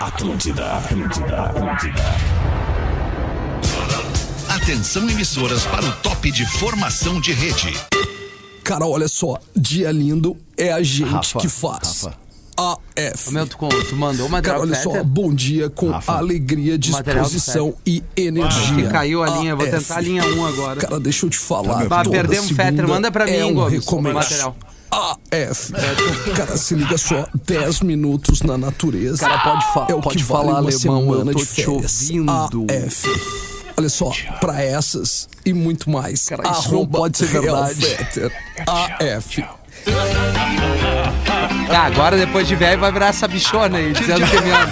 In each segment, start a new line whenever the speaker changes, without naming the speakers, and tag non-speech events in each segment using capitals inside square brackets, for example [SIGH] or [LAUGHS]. Atlântida, Atlântida, Atlântida.
Atenção emissoras para o top de formação de rede.
Cara, olha só, dia lindo é a gente
Rafa,
que faz.
Rafa.
AF.
Ô, meu, tu, com- tu mandou o
Cara,
material tá
olha
certo?
só, bom dia com
Rafa.
alegria,
Material tá
disposição e energia.
que caiu a linha, vou
AF.
tentar a linha 1 agora.
Ah, é Cara, deixa eu te falar.
Bah,
toda
perdemos o Fetter,
segunda
manda pra mim,
é um
Gomes,
recomeço.
o material.
AF. Cara, se liga só, 10 minutos na natureza.
Cara, pode fa-
É o
pode
que vale
falar
uma
alemão, eu
semana
tô
de
te
férias.
ouvindo.
AF. Olha só, pra essas e muito mais.
Cara, isso não
arroba
pode ser
Real
verdade.
Fetter. AF.
Ah, agora depois de velho vai virar essa bichona aí, dizendo que é minha.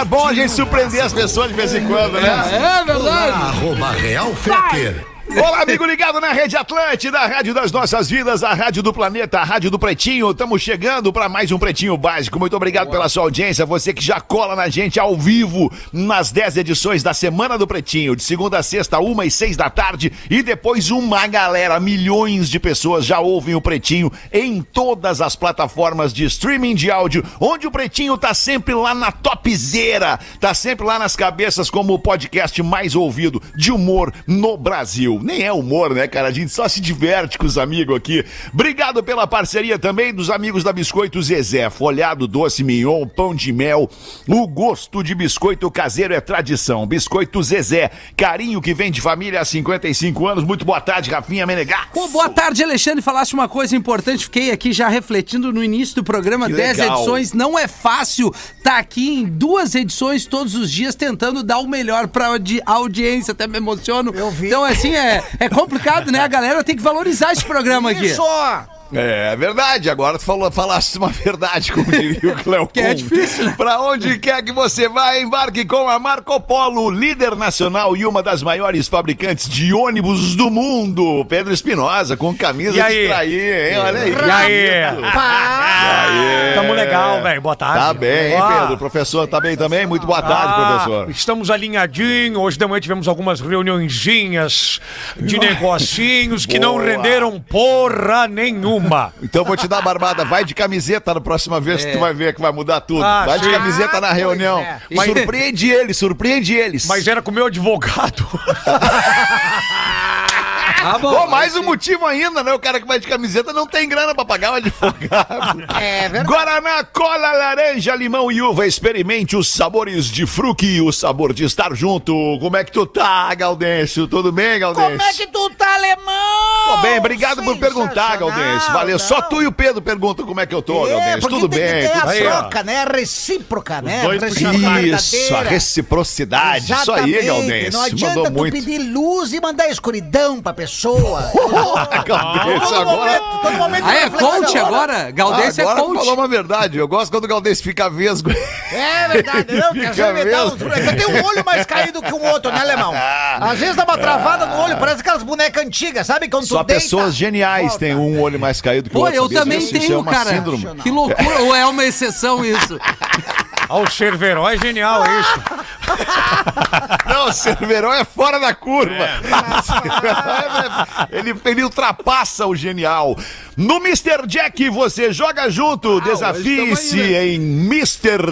É bom a gente surpreender as pessoas de vez em quando, né?
É verdade!
Arroba Real Feter.
Olá, amigo ligado na Rede Atlântida, a rádio das nossas vidas, a rádio do planeta, a rádio do Pretinho. Estamos chegando para mais um Pretinho Básico. Muito obrigado pela sua audiência, você que já cola na gente ao vivo nas 10 edições da Semana do Pretinho, de segunda a sexta, uma e seis da tarde. E depois uma galera, milhões de pessoas já ouvem o Pretinho em todas as plataformas de streaming de áudio, onde o Pretinho tá sempre lá na topzera, tá sempre lá nas cabeças como o podcast mais ouvido de humor no Brasil. Nem é humor, né, cara? A gente só se diverte com os amigos aqui. Obrigado pela parceria também dos amigos da Biscoito Zezé. Folhado, doce, mignon, pão de mel. O gosto de biscoito caseiro é tradição. Biscoito Zezé, carinho que vem de família há 55 anos. Muito boa tarde, Rafinha Menegar.
Pô, boa tarde, Alexandre. Falaste uma coisa importante. Fiquei aqui já refletindo no início do programa.
Que
10
legal.
edições não é fácil. Tá aqui em duas edições todos os dias tentando dar o melhor pra audi- audiência. Até me emociono. Eu vi. Então, assim, é, é complicado, né? A galera tem que valorizar esse programa aqui.
É verdade, agora tu falou, falaste uma verdade, como diria o Cleo
Que é difícil, né?
Pra onde quer que você vá, embarque com a Marco Polo, líder nacional e uma das maiores fabricantes de ônibus do mundo. Pedro Espinosa, com camisa
E aí?
de trair, hein? Olha aí.
E aí?
E aí?
Tamo legal, velho. Boa tarde.
É. Tá bem, hein,
Ó,
Pedro? Professor, tá bem também? Muito boa tarde,
ah,
professor.
Estamos alinhadinho. Hoje de manhã tivemos algumas reuniõezinhas de negocinhos que não
Boa.
renderam porra nenhuma.
Então vou te dar a barbada. Vai de camiseta na próxima vez que tu vai ver que vai mudar tudo.
É. Ah,
vai de
sim.
camiseta na reunião.
Mas-
Surpreende eles, surpreende eles.
Mas era com o meu
[LAUGHS]
advogado.
Tá bom.
Pô, mais um motivo ainda, né? O cara que vai de camiseta não tem grana pra pagar o
[LAUGHS]
advogado. É verdade. Guaraná, cola, laranja, limão e uva. Experimente os sabores de fruque, o sabor de estar junto. Como é que tu tá, Gaudêncio? Tudo bem, Gaudêncio?
Como é que tu tá, alemão?
Tô bem, obrigado por perguntar,
Sensacional,
Gaudêncio. Valeu. Só
não.
tu e o Pedro perguntam como é que eu tô,
É,
Gaudêncio.
porque
Tudo
tem
bem.
que ter
tudo
a
bem.
troca, né? A recíproca, né?
dois
Recíproca
Isso, a
verdadeira.
reciprocidade. Isso aí,
Exatamente.
Gaudêncio.
Não adianta
Mandou
tu
muito.
pedir luz e mandar escuridão pra pessoa.
[LAUGHS] Gaudêncio,
todo
agora.
momento, todo
então
momento.
Ah, é
reflexão.
coach agora? Galdêncio
Ah, agora
é
tu
coach.
falou uma verdade. Eu gosto quando o Galdêncio fica vesgo.
É verdade,
[LAUGHS]
não, que às
Fica
vezes me dá
mesmo.
uns... Eu tenho um olho mais caído que o outro, né,
[LAUGHS]
alemão? Às vezes dá uma travada no olho, parece aquelas bonecas antigas, sabe? Quando
Só
tu deita,
pessoas geniais
volta.
têm um olho mais caído que o
tá. Pô,
outro.
eu
sabia?
também
Isso- isso
tenho,
é uma
cara.
síndrome.
Que loucura. Ou é uma
[LAUGHS]
exceção isso?
Ao ser veró é genial, é isso.
Não, o Cerverão é fora da curva.
É, né?
[LAUGHS] ele, ele ultrapassa o genial. No Mr. Jack você joga junto.
Ah,
Desafie-se em
né?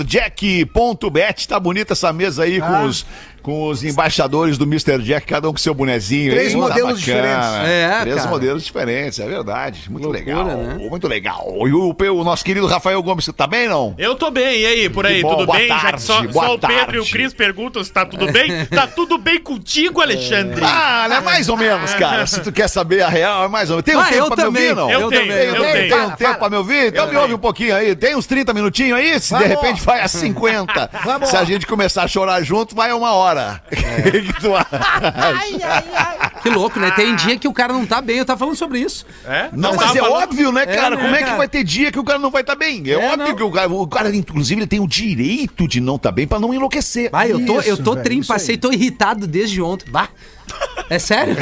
MrJack.bet. Tá bonita essa mesa aí
Ah.
com os. Com os embaixadores do Mr. Jack, cada um com seu bonezinho.
Três
hein? Tá
modelos
bacana.
diferentes.
É,
Três
cara.
modelos diferentes, é verdade. Muito
Loucura,
legal.
né?
Muito legal. E o, o nosso querido Rafael Gomes, você tá bem, não?
Eu tô bem, e aí, por aí,
Que bom,
tudo
boa
bem? Já que só,
tarde, boa
só o
tarde.
Pedro e o Cris perguntam se tá tudo bem. Tá tudo bem contigo, Alexandre?
Ah, né? Mais ou menos, cara. Se tu quer saber a real, é mais ou menos. Tem um
Ah,
tempo
eu
pra
também.
me ouvir, não?
Eu tenho, eu
Tem,
tenho.
tem um tempo pra me ouvir? Então me ouve um pouquinho aí. Tem uns 30 minutinhos aí? Se de
Vamos.
repente vai
[LAUGHS]
a 50.
Vamos.
Se a gente começar a chorar junto, vai a uma
É.
hora. O [LAUGHS] que que tu acha?
Ai, ai,
[LAUGHS]
ai.
Que louco, né? Tem dia que o cara não tá bem. Eu tava falando sobre isso.
É?
Não,
Eu
mas
tava
é
falando-
óbvio, né, cara?
né,
Como é que
cara?
vai ter dia que o cara não vai estar bem? É, óbvio
não.
que o cara, o cara, inclusive, ele tem o direito de não estar bem pra não enlouquecer.
Vai, eu tô, eu tô trim, passei, tô irritado desde ontem. Bah. É sério?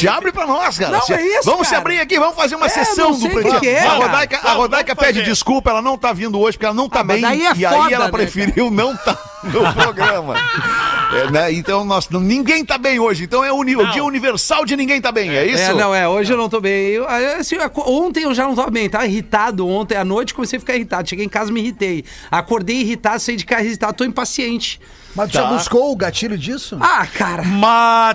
Te abre pra nós, cara.
Não,
Se-
é isso,
Vamos se
cara.
abrir aqui, vamos fazer uma
É,
sessão
não sei
do
o que que é,
a
cara. Ah,
Rodaica, a
Vamos,
Rodaica
vamos
pede
fazer.
desculpa, ela não tá vindo hoje porque ela não tá
mas
bem.
daí é
e aí
foda, [LAUGHS]
ela
né,
preferiu não tá no programa. É, né? Então, nós, ninguém tá bem hoje. Então é uni- o dia universal de ninguém tá bem, é isso?
[LAUGHS] É, não, é, hoje eu não tô bem. Eu, assim, eu aco- ontem eu já não tava bem, tava irritado ontem à noite, comecei a ficar irritado. Cheguei em casa, me irritei. Acordei irritado, saí de casa irritado, tô impaciente.
Mas
Tá.
tu já buscou o gatilho disso?
Ah, cara. [LAUGHS]
Matrimônio.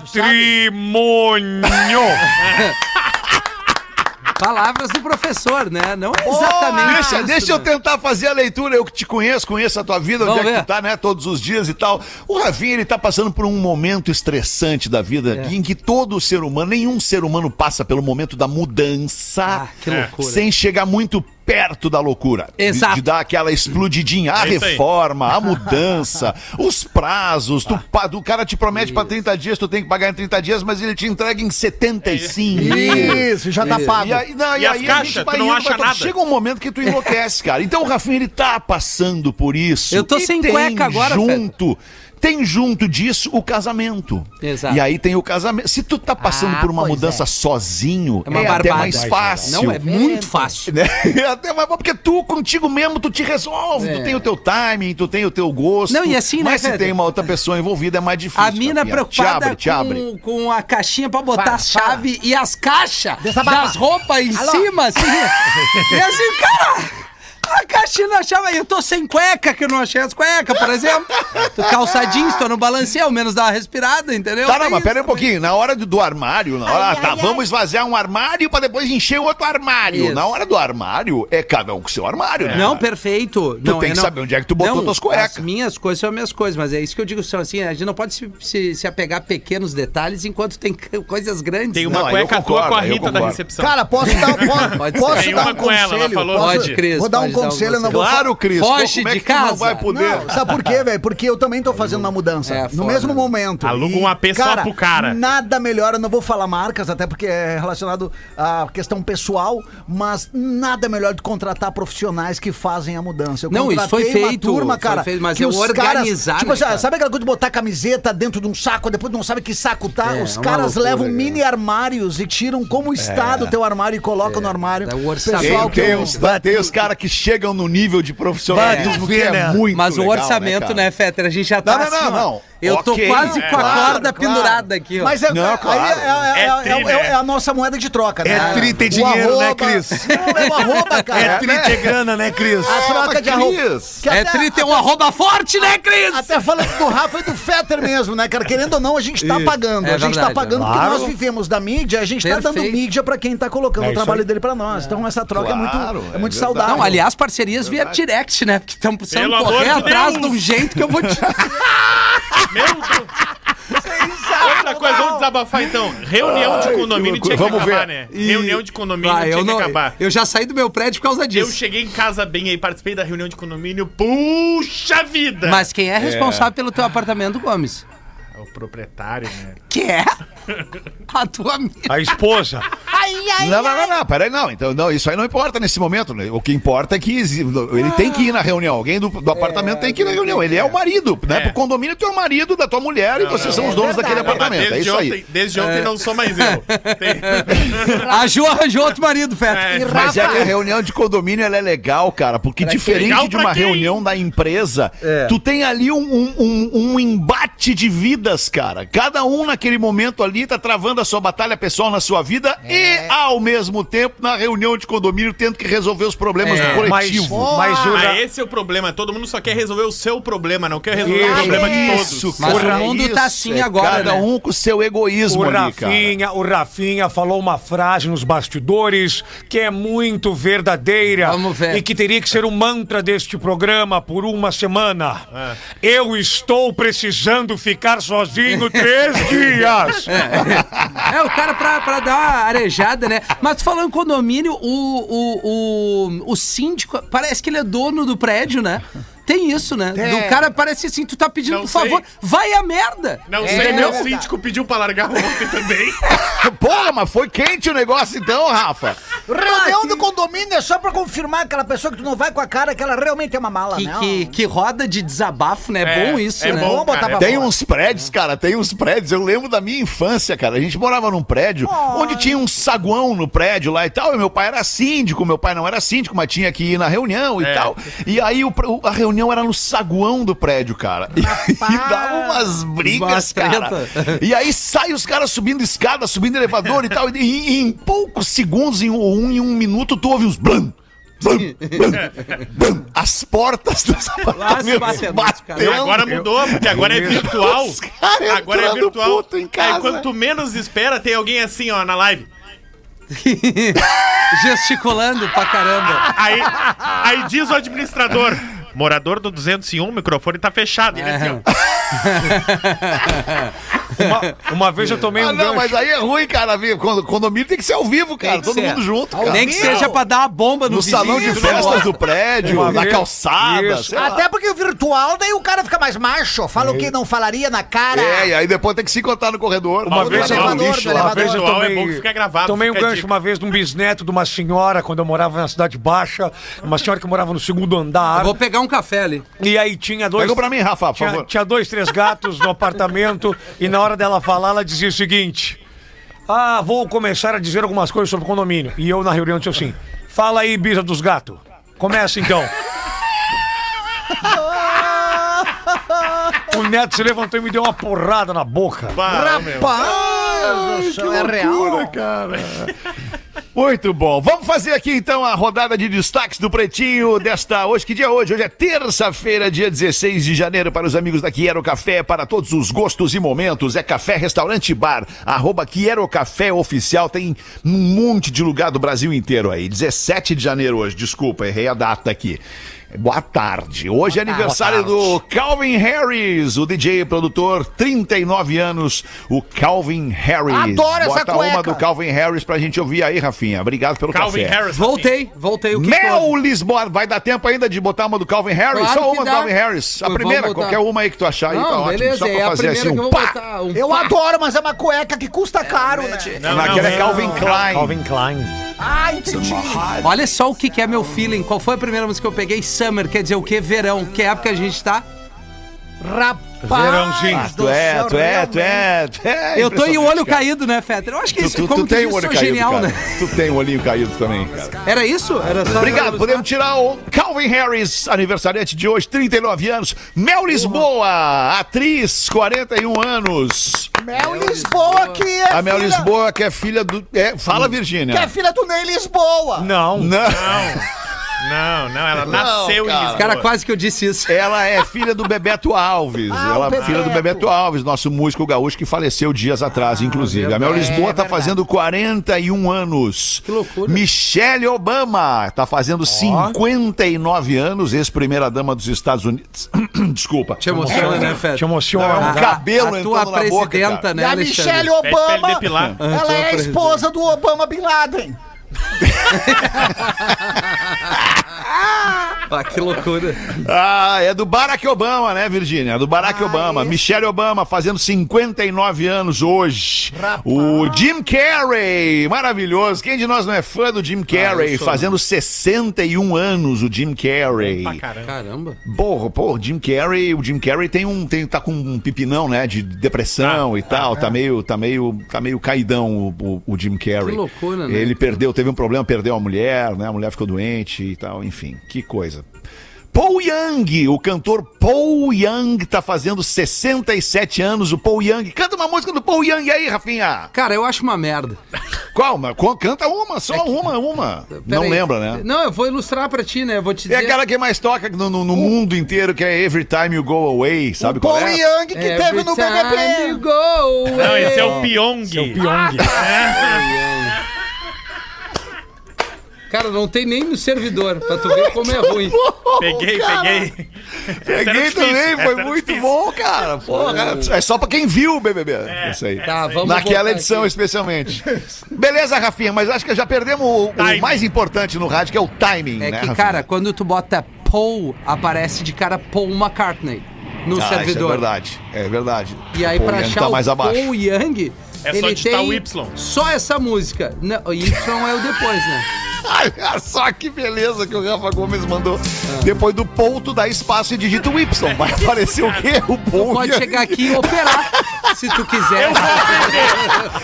Palavras do professor, né? Não é exatamente.
Deixa,
isso,
deixa eu
né?
tentar fazer a leitura. Eu que te conheço, conheço a tua vida, onde
Vamos
é que
ver.
tu tá, né? Todos os dias e tal. O Rafinha, ele tá passando por um momento estressante da vida
É.
em que todo ser humano, nenhum ser humano passa pelo momento da mudança.
Ah, que loucura.
Sem chegar muito perto da loucura. De-
Exato.
De dar aquela explodidinha. A
É isso aí.
reforma, a mudança, os prazos. Tu, pa- o cara te promete pra 30 dias, tu tem que pagar em 30 dias, mas ele te entrega em 75.
Isso, já tá pago.
É. E aí, não, e
E as
aí a gente
caixas,
vai
tu não
indo,
acha
vai to-
nada.
Chega um momento que tu enlouquece, cara. Então o Rafinha, ele tá passando por isso.
Eu tô
E
sem
tem
cueca agora,
junto, Tem junto disso o casamento.
Exato.
E aí tem o casamento. Se tu tá passando
Ah,
por uma
pois
mudança
é.
sozinho,
É uma
é até
barbada.
mais fácil.
Não, é muito fácil.
Né? [LAUGHS] É até mais porque tu contigo mesmo, tu te resolve, tu tem o teu timing, tu tem o teu gosto.
É. Não, e assim, né,
Mas se
cara?
tem uma outra pessoa envolvida, é mais difícil.
A mina
Rafinha.
preocupada
Te abre, te abre.
Com, com a caixinha pra botar a chave e as caixas das roupas em cima,
[LAUGHS]
assim. e assim, cara... A caixinha na chave, aí eu tô sem cueca, que eu não achei as cuecas, por exemplo. Tô calça jeans, tô no balancê, ao menos dá uma respirada, entendeu?
Tá, não,
Tem
mas pera aí
isso
um pouquinho. Na hora do, do armário, na hora, ah, tá, vamos esvaziar um armário pra depois encher o outro armário.
Isso.
Na hora do armário, é cada um com seu armário, né?
Não, perfeito.
Tu
não,
tem
eu
que
não-
saber onde é que tu botou
não,
tuas cuecas.
As minhas coisas são as minhas coisas, mas é isso que eu digo, são assim, a gente não pode se, se, se apegar a pequenos detalhes enquanto tem [LAUGHS] c- coisas grandes.
Tem
né?
uma
Não, aí eu
cueca tua
concordo,
com a
aí eu
Rita da
concordo.
recepção.
Cara, posso dar,
[LAUGHS]
posso,
Pode ser.
posso
Tem
dar
uma
um
com ela, ela
conselho?
falou.
Posso-
Pode, Cris,
Vou dar um
pode dar um
conselho, eu não vou
Claro, Cris.
Foge
como é
de
que tu não
casa.
vai poder?
Não, sabe por
[LAUGHS]
quê, velho? Porque eu também tô fazendo uma mudança.
É,
no
foda.
mesmo momento.
Aluga um AP só pro cara.
Nada melhor, eu não vou falar marcas, até porque é relacionado à questão pessoal, mas nada melhor de contratar profissionais que fazem a mudança. Eu
Não, isso foi
contratei uma
feito,
turma,
foi
cara.
feito, mas
que
é
os
organizar,
caras- Tipo
né,
assim,
cara?
sabe aquela coisa de botar camiseta dentro de um saco, depois não sabe que saco tá?
É,
os
é uma
caras
loucura,
levam
cara.
mini armários e tiram como está do teu armário e colocam no armário.
É o orçamento.
Tem,
Pessoal que
tem
eu-
uns, tem os caras que chegam no nível de profissionalismo que é muito
né? Mas o
legal,
orçamento, né,
cara?
Fetter? A gente já tá.
Não, não,
assim,
não,
ó.
não.
Eu tô
Ok, é
quase com a
claro,
corda pendurada aqui, ó.
Mas é,
Não,
aí
claro.
é, é-
É
é-
tri,
é-
né?
é a nossa moeda de troca, né?
É tri, tem
O
dinheiro, né,
arroba-
[LAUGHS]
Cris?
Não, é o arroba, cara.
É trite grana, né, Cris?
A troca
Ah, mas
de arroba.
Cris.
Que
É
até-
31 arroba forte, né, Cris?
Até falando do Rafa e do Fetter mesmo, né, cara? Querendo ou não, a gente tá pagando.
É
a gente
verdade,
tá pagando
é.
porque nós vivemos da mídia, a gente tá dando
Perfeito.
mídia pra quem tá colocando o trabalho dele pra nós. Então essa troca é
É Claro,
muito, é
é
muito
verdade.
saudável.
Não, aliás, parcerias via direct, né? Porque estamos
Pelo
precisando
amor
correr
de
atrás de
Deus.
um jeito que eu
[LAUGHS]
vou te.
Meu Deus. Outra coisa, vamos desabafar então. Reunião de condomínio
que
tinha que
loucura.
acabar,
Vamos
né?
ver.
Reunião de condomínio
Vai,
tinha
eu,
que
não,
acabar.
eu já saí do meu prédio por causa
Eu
disso.
cheguei em casa bem aí, participei da reunião de condomínio. Puxa vida!
Mas quem é responsável pelo teu apartamento, Gomes?
É O proprietário, né?
Que
[LAUGHS]
é a tua amiga.
A esposa.
Não, não, não, não, peraí, não. Então, não, isso aí não importa nesse momento. né? O que importa é que exi- ele tem que ir na reunião. Alguém do, do apartamento tem que ir na reunião. Ele é o marido, né?
É.
Pro condomínio tu é o marido da tua mulher e vocês são os donos daquele
Não, mas
apartamento. É
desde
isso
ontem,
aí. É.
Desde ontem não sou mais
[LAUGHS]
eu. Tem-
A Ju arranjou outro marido, Fetter.
Mas é que a reunião de condomínio ela é legal, cara, porque diferente
Legal
de
pra
uma
quem?
reunião da empresa, tu tem ali um, um- um- um embate de vidas, cara. Cada um naquele momento ali tá travando a sua batalha pessoal na sua vida e, ao mesmo tempo, na reunião de condomínio, tendo que resolver os problemas
É.
do coletivo.
Mas, mas o
Ah,
Ra-
esse é o problema. Todo mundo só quer resolver o seu problema, não quer resolver
Isso.
o problema de todos.
Ah, Isso,
Mas
cara,
o mundo
isso,
tá assim
é
agora,
Cada
né?
um com o seu egoísmo
O
ali, cara.
Rafinha, o Rafinha falou uma frase nos bastidores que é muito verdadeira
Vamos ver.
e que teria que ser o mantra deste programa por uma
É.
semana. Eu estou precisando ficar sozinho três
[LAUGHS]
dias.
[LAUGHS]
É, o cara pra, pra dar uma arejada, né? Mas tu falou em condomínio, o, o, o, o síndico, parece que ele é dono do prédio, né? Tem isso, né? Do cara parece assim, tu tá pedindo,
Não
por
sei.
favor, vai a merda!
Não
É,
sei,
é
meu
verdade.
síndico pediu pra largar ontem também.
Porra, mas foi quente o negócio então, Rafa.
Reunião do condomínio é só pra confirmar aquela pessoa que tu não vai com a cara que ela realmente é uma mala,
Que,
né?
que, que roda de desabafo, né? É bom isso,
é
né?
bom,
Vamos botar
cara,
pra
Tem
fora.
uns prédios, cara, tem uns prédios. Eu lembro da minha infância, cara. A gente morava num prédio onde tinha um saguão no prédio lá e tal. E meu pai era síndico, meu pai não era síndico, mas tinha que ir na reunião e
É.
tal. E aí o pr- o- a reunião era no saguão do prédio, cara. [LAUGHS] E, e dava umas brigas,
Umas
cara.
treta.
E aí sai os caras subindo escada, subindo elevador e tal. E, e em poucos segundos, em um, em um minuto, tu ouve uns blam. blam, blam, blam. As portas dos apartamentos
batendo, cara.
E
batendo.
agora mudou, porque agora é virtual.
Os caras
Agora é
entrando
virtual.
puto em casa.
Aí quando tu menos espera, tem alguém assim, ó, na live.
[LAUGHS] Gesticulando pra caramba.
Aí, aí diz o administrador. Morador do 201, o microfone tá fechado. Ele
É.
assim, ó.
Uma, uma vez eu tomei um
Ah, não,
gancho.
mas aí é ruim, cara. ver- Quando Condomínio tem que ser ao vivo, cara.
que
Todo
ser.
mundo junto, cara.
Nem que seja pra dar uma bomba no,
no salão de
vizinho, né?
festas do prédio,
Uma
na
vez.
calçada,
Isso.
sei lá.
Até porque o virtual, daí o cara fica mais macho, fala o que não falaria na cara.
É, e aí depois tem que se encontrar no corredor.
Uma
no
vez
elevador,
eu-
no lixo
do
lá.
Uma vez eu
Virtual é
tomei,
bom que fica gravado,
tomei um
fica a
gancho
dica.
uma vez de um bisneto de uma senhora, quando eu morava na Cidade Baixa, uma senhora que morava no segundo andar.
Vou pegar um café ali.
E aí tinha dois.
Pegou pra mim, Rafa, por
tinha,
favor.
tinha dois, três gatos no apartamento e na hora dela falar, ela dizia o seguinte: Ah, vou começar a dizer algumas coisas sobre o condomínio. E eu na reunião disse assim: Fala aí, bisa dos gatos. Começa então. O neto se levantou e me deu uma porrada na boca.
Pá, Ah, meu.
Rapaz, do céu, é real.
Loucura, cara. [LAUGHS] Muito bom. Vamos fazer aqui então a rodada de destaques do Pretinho desta hoje. Que dia é hoje? Hoje é terça-feira, dia 16 de janeiro. Para os amigos da Quiero Café, para todos os gostos e momentos. É café, restaurante, e bar. Arroba Quiero Café Oficial. Tem um monte de lugar do Brasil inteiro aí. 17 de janeiro hoje. Desculpa, errei a data aqui. Boa tarde. Hoje é aniversário do Calvin Harris, o DJ e produtor, 39 anos, o Calvin Harris.
Adoro essa
Bota uma
cueca.
do Calvin Harris pra gente ouvir aí, Rafinha. Obrigado pelo
Calvin
café.
Harris.
Voltei, voltei. O que que
Mel
houve?
Lisboa, vai dar tempo ainda de botar uma do Calvin Harris?
Claro
Só
que
uma do
dá.
Calvin Harris. A
Vamos
primeira,
botar.
qualquer uma aí que tu achar aí, tá
Não,
ótimo.
beleza,
Só pra
é a
fazer
primeira
assim
que eu
um
vou
pá.
botar. Um
Eu
pá.
adoro, mas é uma cueca que custa caro, né?
Não,
Naquela
não,
é Calvin Klein.
Calvin Klein.
Ah, entendi.
Olha só o que, que é meu feeling. Qual foi a primeira música que eu peguei? Summer, quer dizer o quê? Verão. Que época a gente tá?
Rapaz,
Verãozinho.
Ah, tu é, tu é, tu é, tu é.
Eu tô em olho
impressionante, cara.
caído, né, Fetter? Eu acho que
Tu,
isso
tu,
como
tu
que
tem
diz,
o olho
sou
caído,
genial,
cara.
né?
Tu tem o olhinho caído também, cara.
Era isso? Era só
Obrigado, podemos tirar o Calvin Harris, aniversariante de hoje, 39 anos. Mel Lisboa, atriz, 41 anos.
Mel Lisboa que é
A Mel
filha-
Lisboa, que é filha do. é, fala, Virgínia.
Que é filha do Ney Lisboa.
Não.
Não,
Não, não, ela nasceu
cara.
em Lisboa.
Cara, quase que eu disse
[LAUGHS]
isso.
ela é filha do Bebeto Alves.
Ah,
ela
o
é filha do
Bebeto. Ah,
Bebeto Alves, nosso músico gaúcho que faleceu dias atrás, inclusive. A Mel
É,
Lisboa tá fazendo 41 anos. Que
loucura.
Michelle Obama tá fazendo 59 anos, ex-primeira-dama dos Estados Unidos. [CLEARS THROAT] Desculpa.
Te emociona, né,
Te
Fetter?
Não,
emociona.
A-
Um cabelo
a
entrando na
tua
boca,
presidenta,
cara.
E
né,
a
Alexandre?
Michelle
Pede pra ele
Obama,
É depilar.
Ah, então
ela é a esposa do Obama Bin Laden.
Ah, que loucura.
Ah, é do Barack Obama, né, Virgínia? Do Barack Obama. Michelle Obama fazendo 59 anos hoje. O Jim Carrey, maravilhoso. Quem de nós não é fã do Jim Carrey? fazendo 61 anos o Jim Carrey.
Pra caramba.
Caramba.
Porra, pô, Jim Carrey, o Jim Carrey tem um, tem, tá com um pipinão, né, de
Ah,
depressão e tal, tá meio, tá meio, tá meio caidão o, o- o Jim Carrey.
Que loucura, né?
Ele perdeu, teve um problema, perdeu a mulher, né, a mulher ficou doente e tal, enfim, que coisa. Paul Young, o cantor Paul Young tá fazendo 67 anos, o Paul Young. Canta uma música do Paul Young aí, Rafinha.
Cara, eu acho uma merda.
Qual? Mas qual- Canta uma, só
É
uma, uma.
Pera
Não
aí.
lembra, né?
Não, eu vou ilustrar pra ti, né? Eu vou te
É
dizer.
aquela que mais toca no, no- no mundo inteiro, que é Every Time You Go Away, sabe
Paul
qual é?
Young que teve no
Every time you
BBB.
go away.
Não, esse é o Pyong.
Pyong.
Cara, não tem nem no servidor, pra tu ver como é ruim.
Peguei, peguei.
Peguei
difícil,
também,
essa
foi
era
muito
difícil. É,
bom, cara. Porra, é só pra quem viu o BBB. né? isso aí.
Tá, vamos
Naquela
botar
edição,
aqui.
especialmente. Beleza, Rafinha, mas acho que já perdemos o, o
Timing.
mais importante no rádio, que é o timing,
É
né,
que,
Rafinha?
cara, quando tu bota Paul, aparece de cara Paul McCartney no
Ah, isso é
servidor.
verdade, é verdade.
E aí,
Pô,
pra
Ian
achar
tá
o
mais abaixo.
Paul Young,
É só
ele
digitar
tem
o Y.
Só essa música. Não, o Y é o depois, né?
[LAUGHS] Olha só que beleza que o Rafa Gomes mandou. Depois do ponto, dá espaço e digita o Y.
[LAUGHS]
Vai aparecer o quê? O ponto.
Pode chegar aqui e operar, se tu quiser.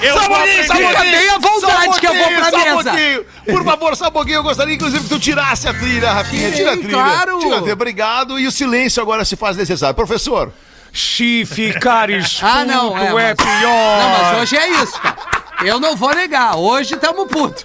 Eu
um
um
vou
Sabotinho, Sabotinho,
aprender.
Fica bem à vontade
Sabotinho,
que eu vou pra mesa.
Sabotinho. um Por favor, Saboguinho, eu gostaria inclusive que tu tirasse a trilha, Rafinha.
Sim,
Tira a trilha.
claro.
Tira a trilha, obrigado. E o silêncio agora se faz necessário. Professor,
Se ficar
[LAUGHS]
exposto
Ah, não, é,
é,
mas-
pior.
Não, mas hoje é isso, cara. Eu não vou negar, hoje tamo puto.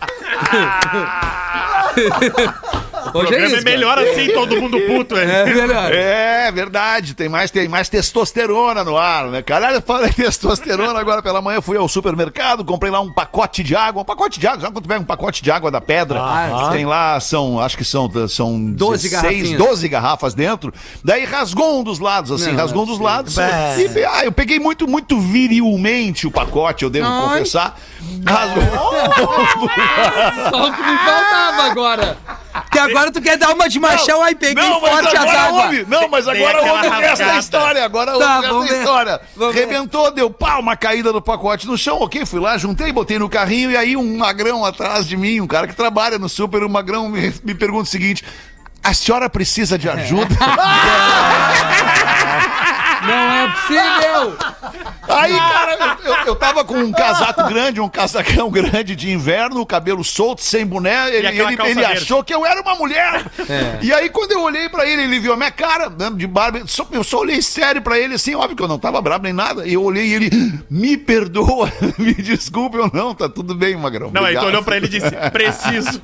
[LAUGHS]
O
hoje é
Ah! programa
isso.
é melhor assim, todo mundo puto.
cara.
É.
É melhor.
é verdade, tem mais, tem mais testosterona no ar, né? Caralho, fala em testosterona. Agora pela manhã fui ao supermercado, comprei lá um pacote de água. Um pacote de água, sabe quando tu pega um pacote de água da pedra?
Ah,
tem lá, são, acho que são, são
12 garrafinhas.
12 garrafas dentro. Daí rasgou um dos lados, assim,
Não,
rasgou um
não é
dos lados. E, ah, eu peguei muito, muito virilmente o pacote, eu devo
Ai.
confessar. Rasgou.
Só o que me faltava agora. Que agora tu quer dar uma de machão, aí peguei
não, mas
forte a
agora é
água.
ouve. Não, mas
Tem
agora
aquela
ouve o resto da
rasgada.
história. Agora ouve
Tá,
o resto
vamos
da
ver.
história.
Vamos ver.
Rebentou, deu pá, uma caída no pacote no chão. Ok, fui lá, juntei, botei no carrinho. E aí um magrão atrás de mim, um cara que trabalha no super, um magrão me, me pergunta o seguinte... A senhora precisa
[LAUGHS]
de ajuda?
Não é possível.
Aí, cara, eu, eu tava com um casaco grande, um casacão grande de inverno, o cabelo solto, sem boné. Ele,
aquela
ele-
calça
ele
verde.
achou que eu era uma mulher. E aí, quando eu olhei pra ele, ele viu a minha cara, né, de barba. só- eu só olhei sério pra ele, assim, óbvio que eu não tava brabo nem nada. E eu olhei e ele, me perdoa, [LAUGHS] me desculpe, eu não, tá tudo bem, Magrão.
Não, aí tu
obrigado."
olhou pra ele e disse, preciso.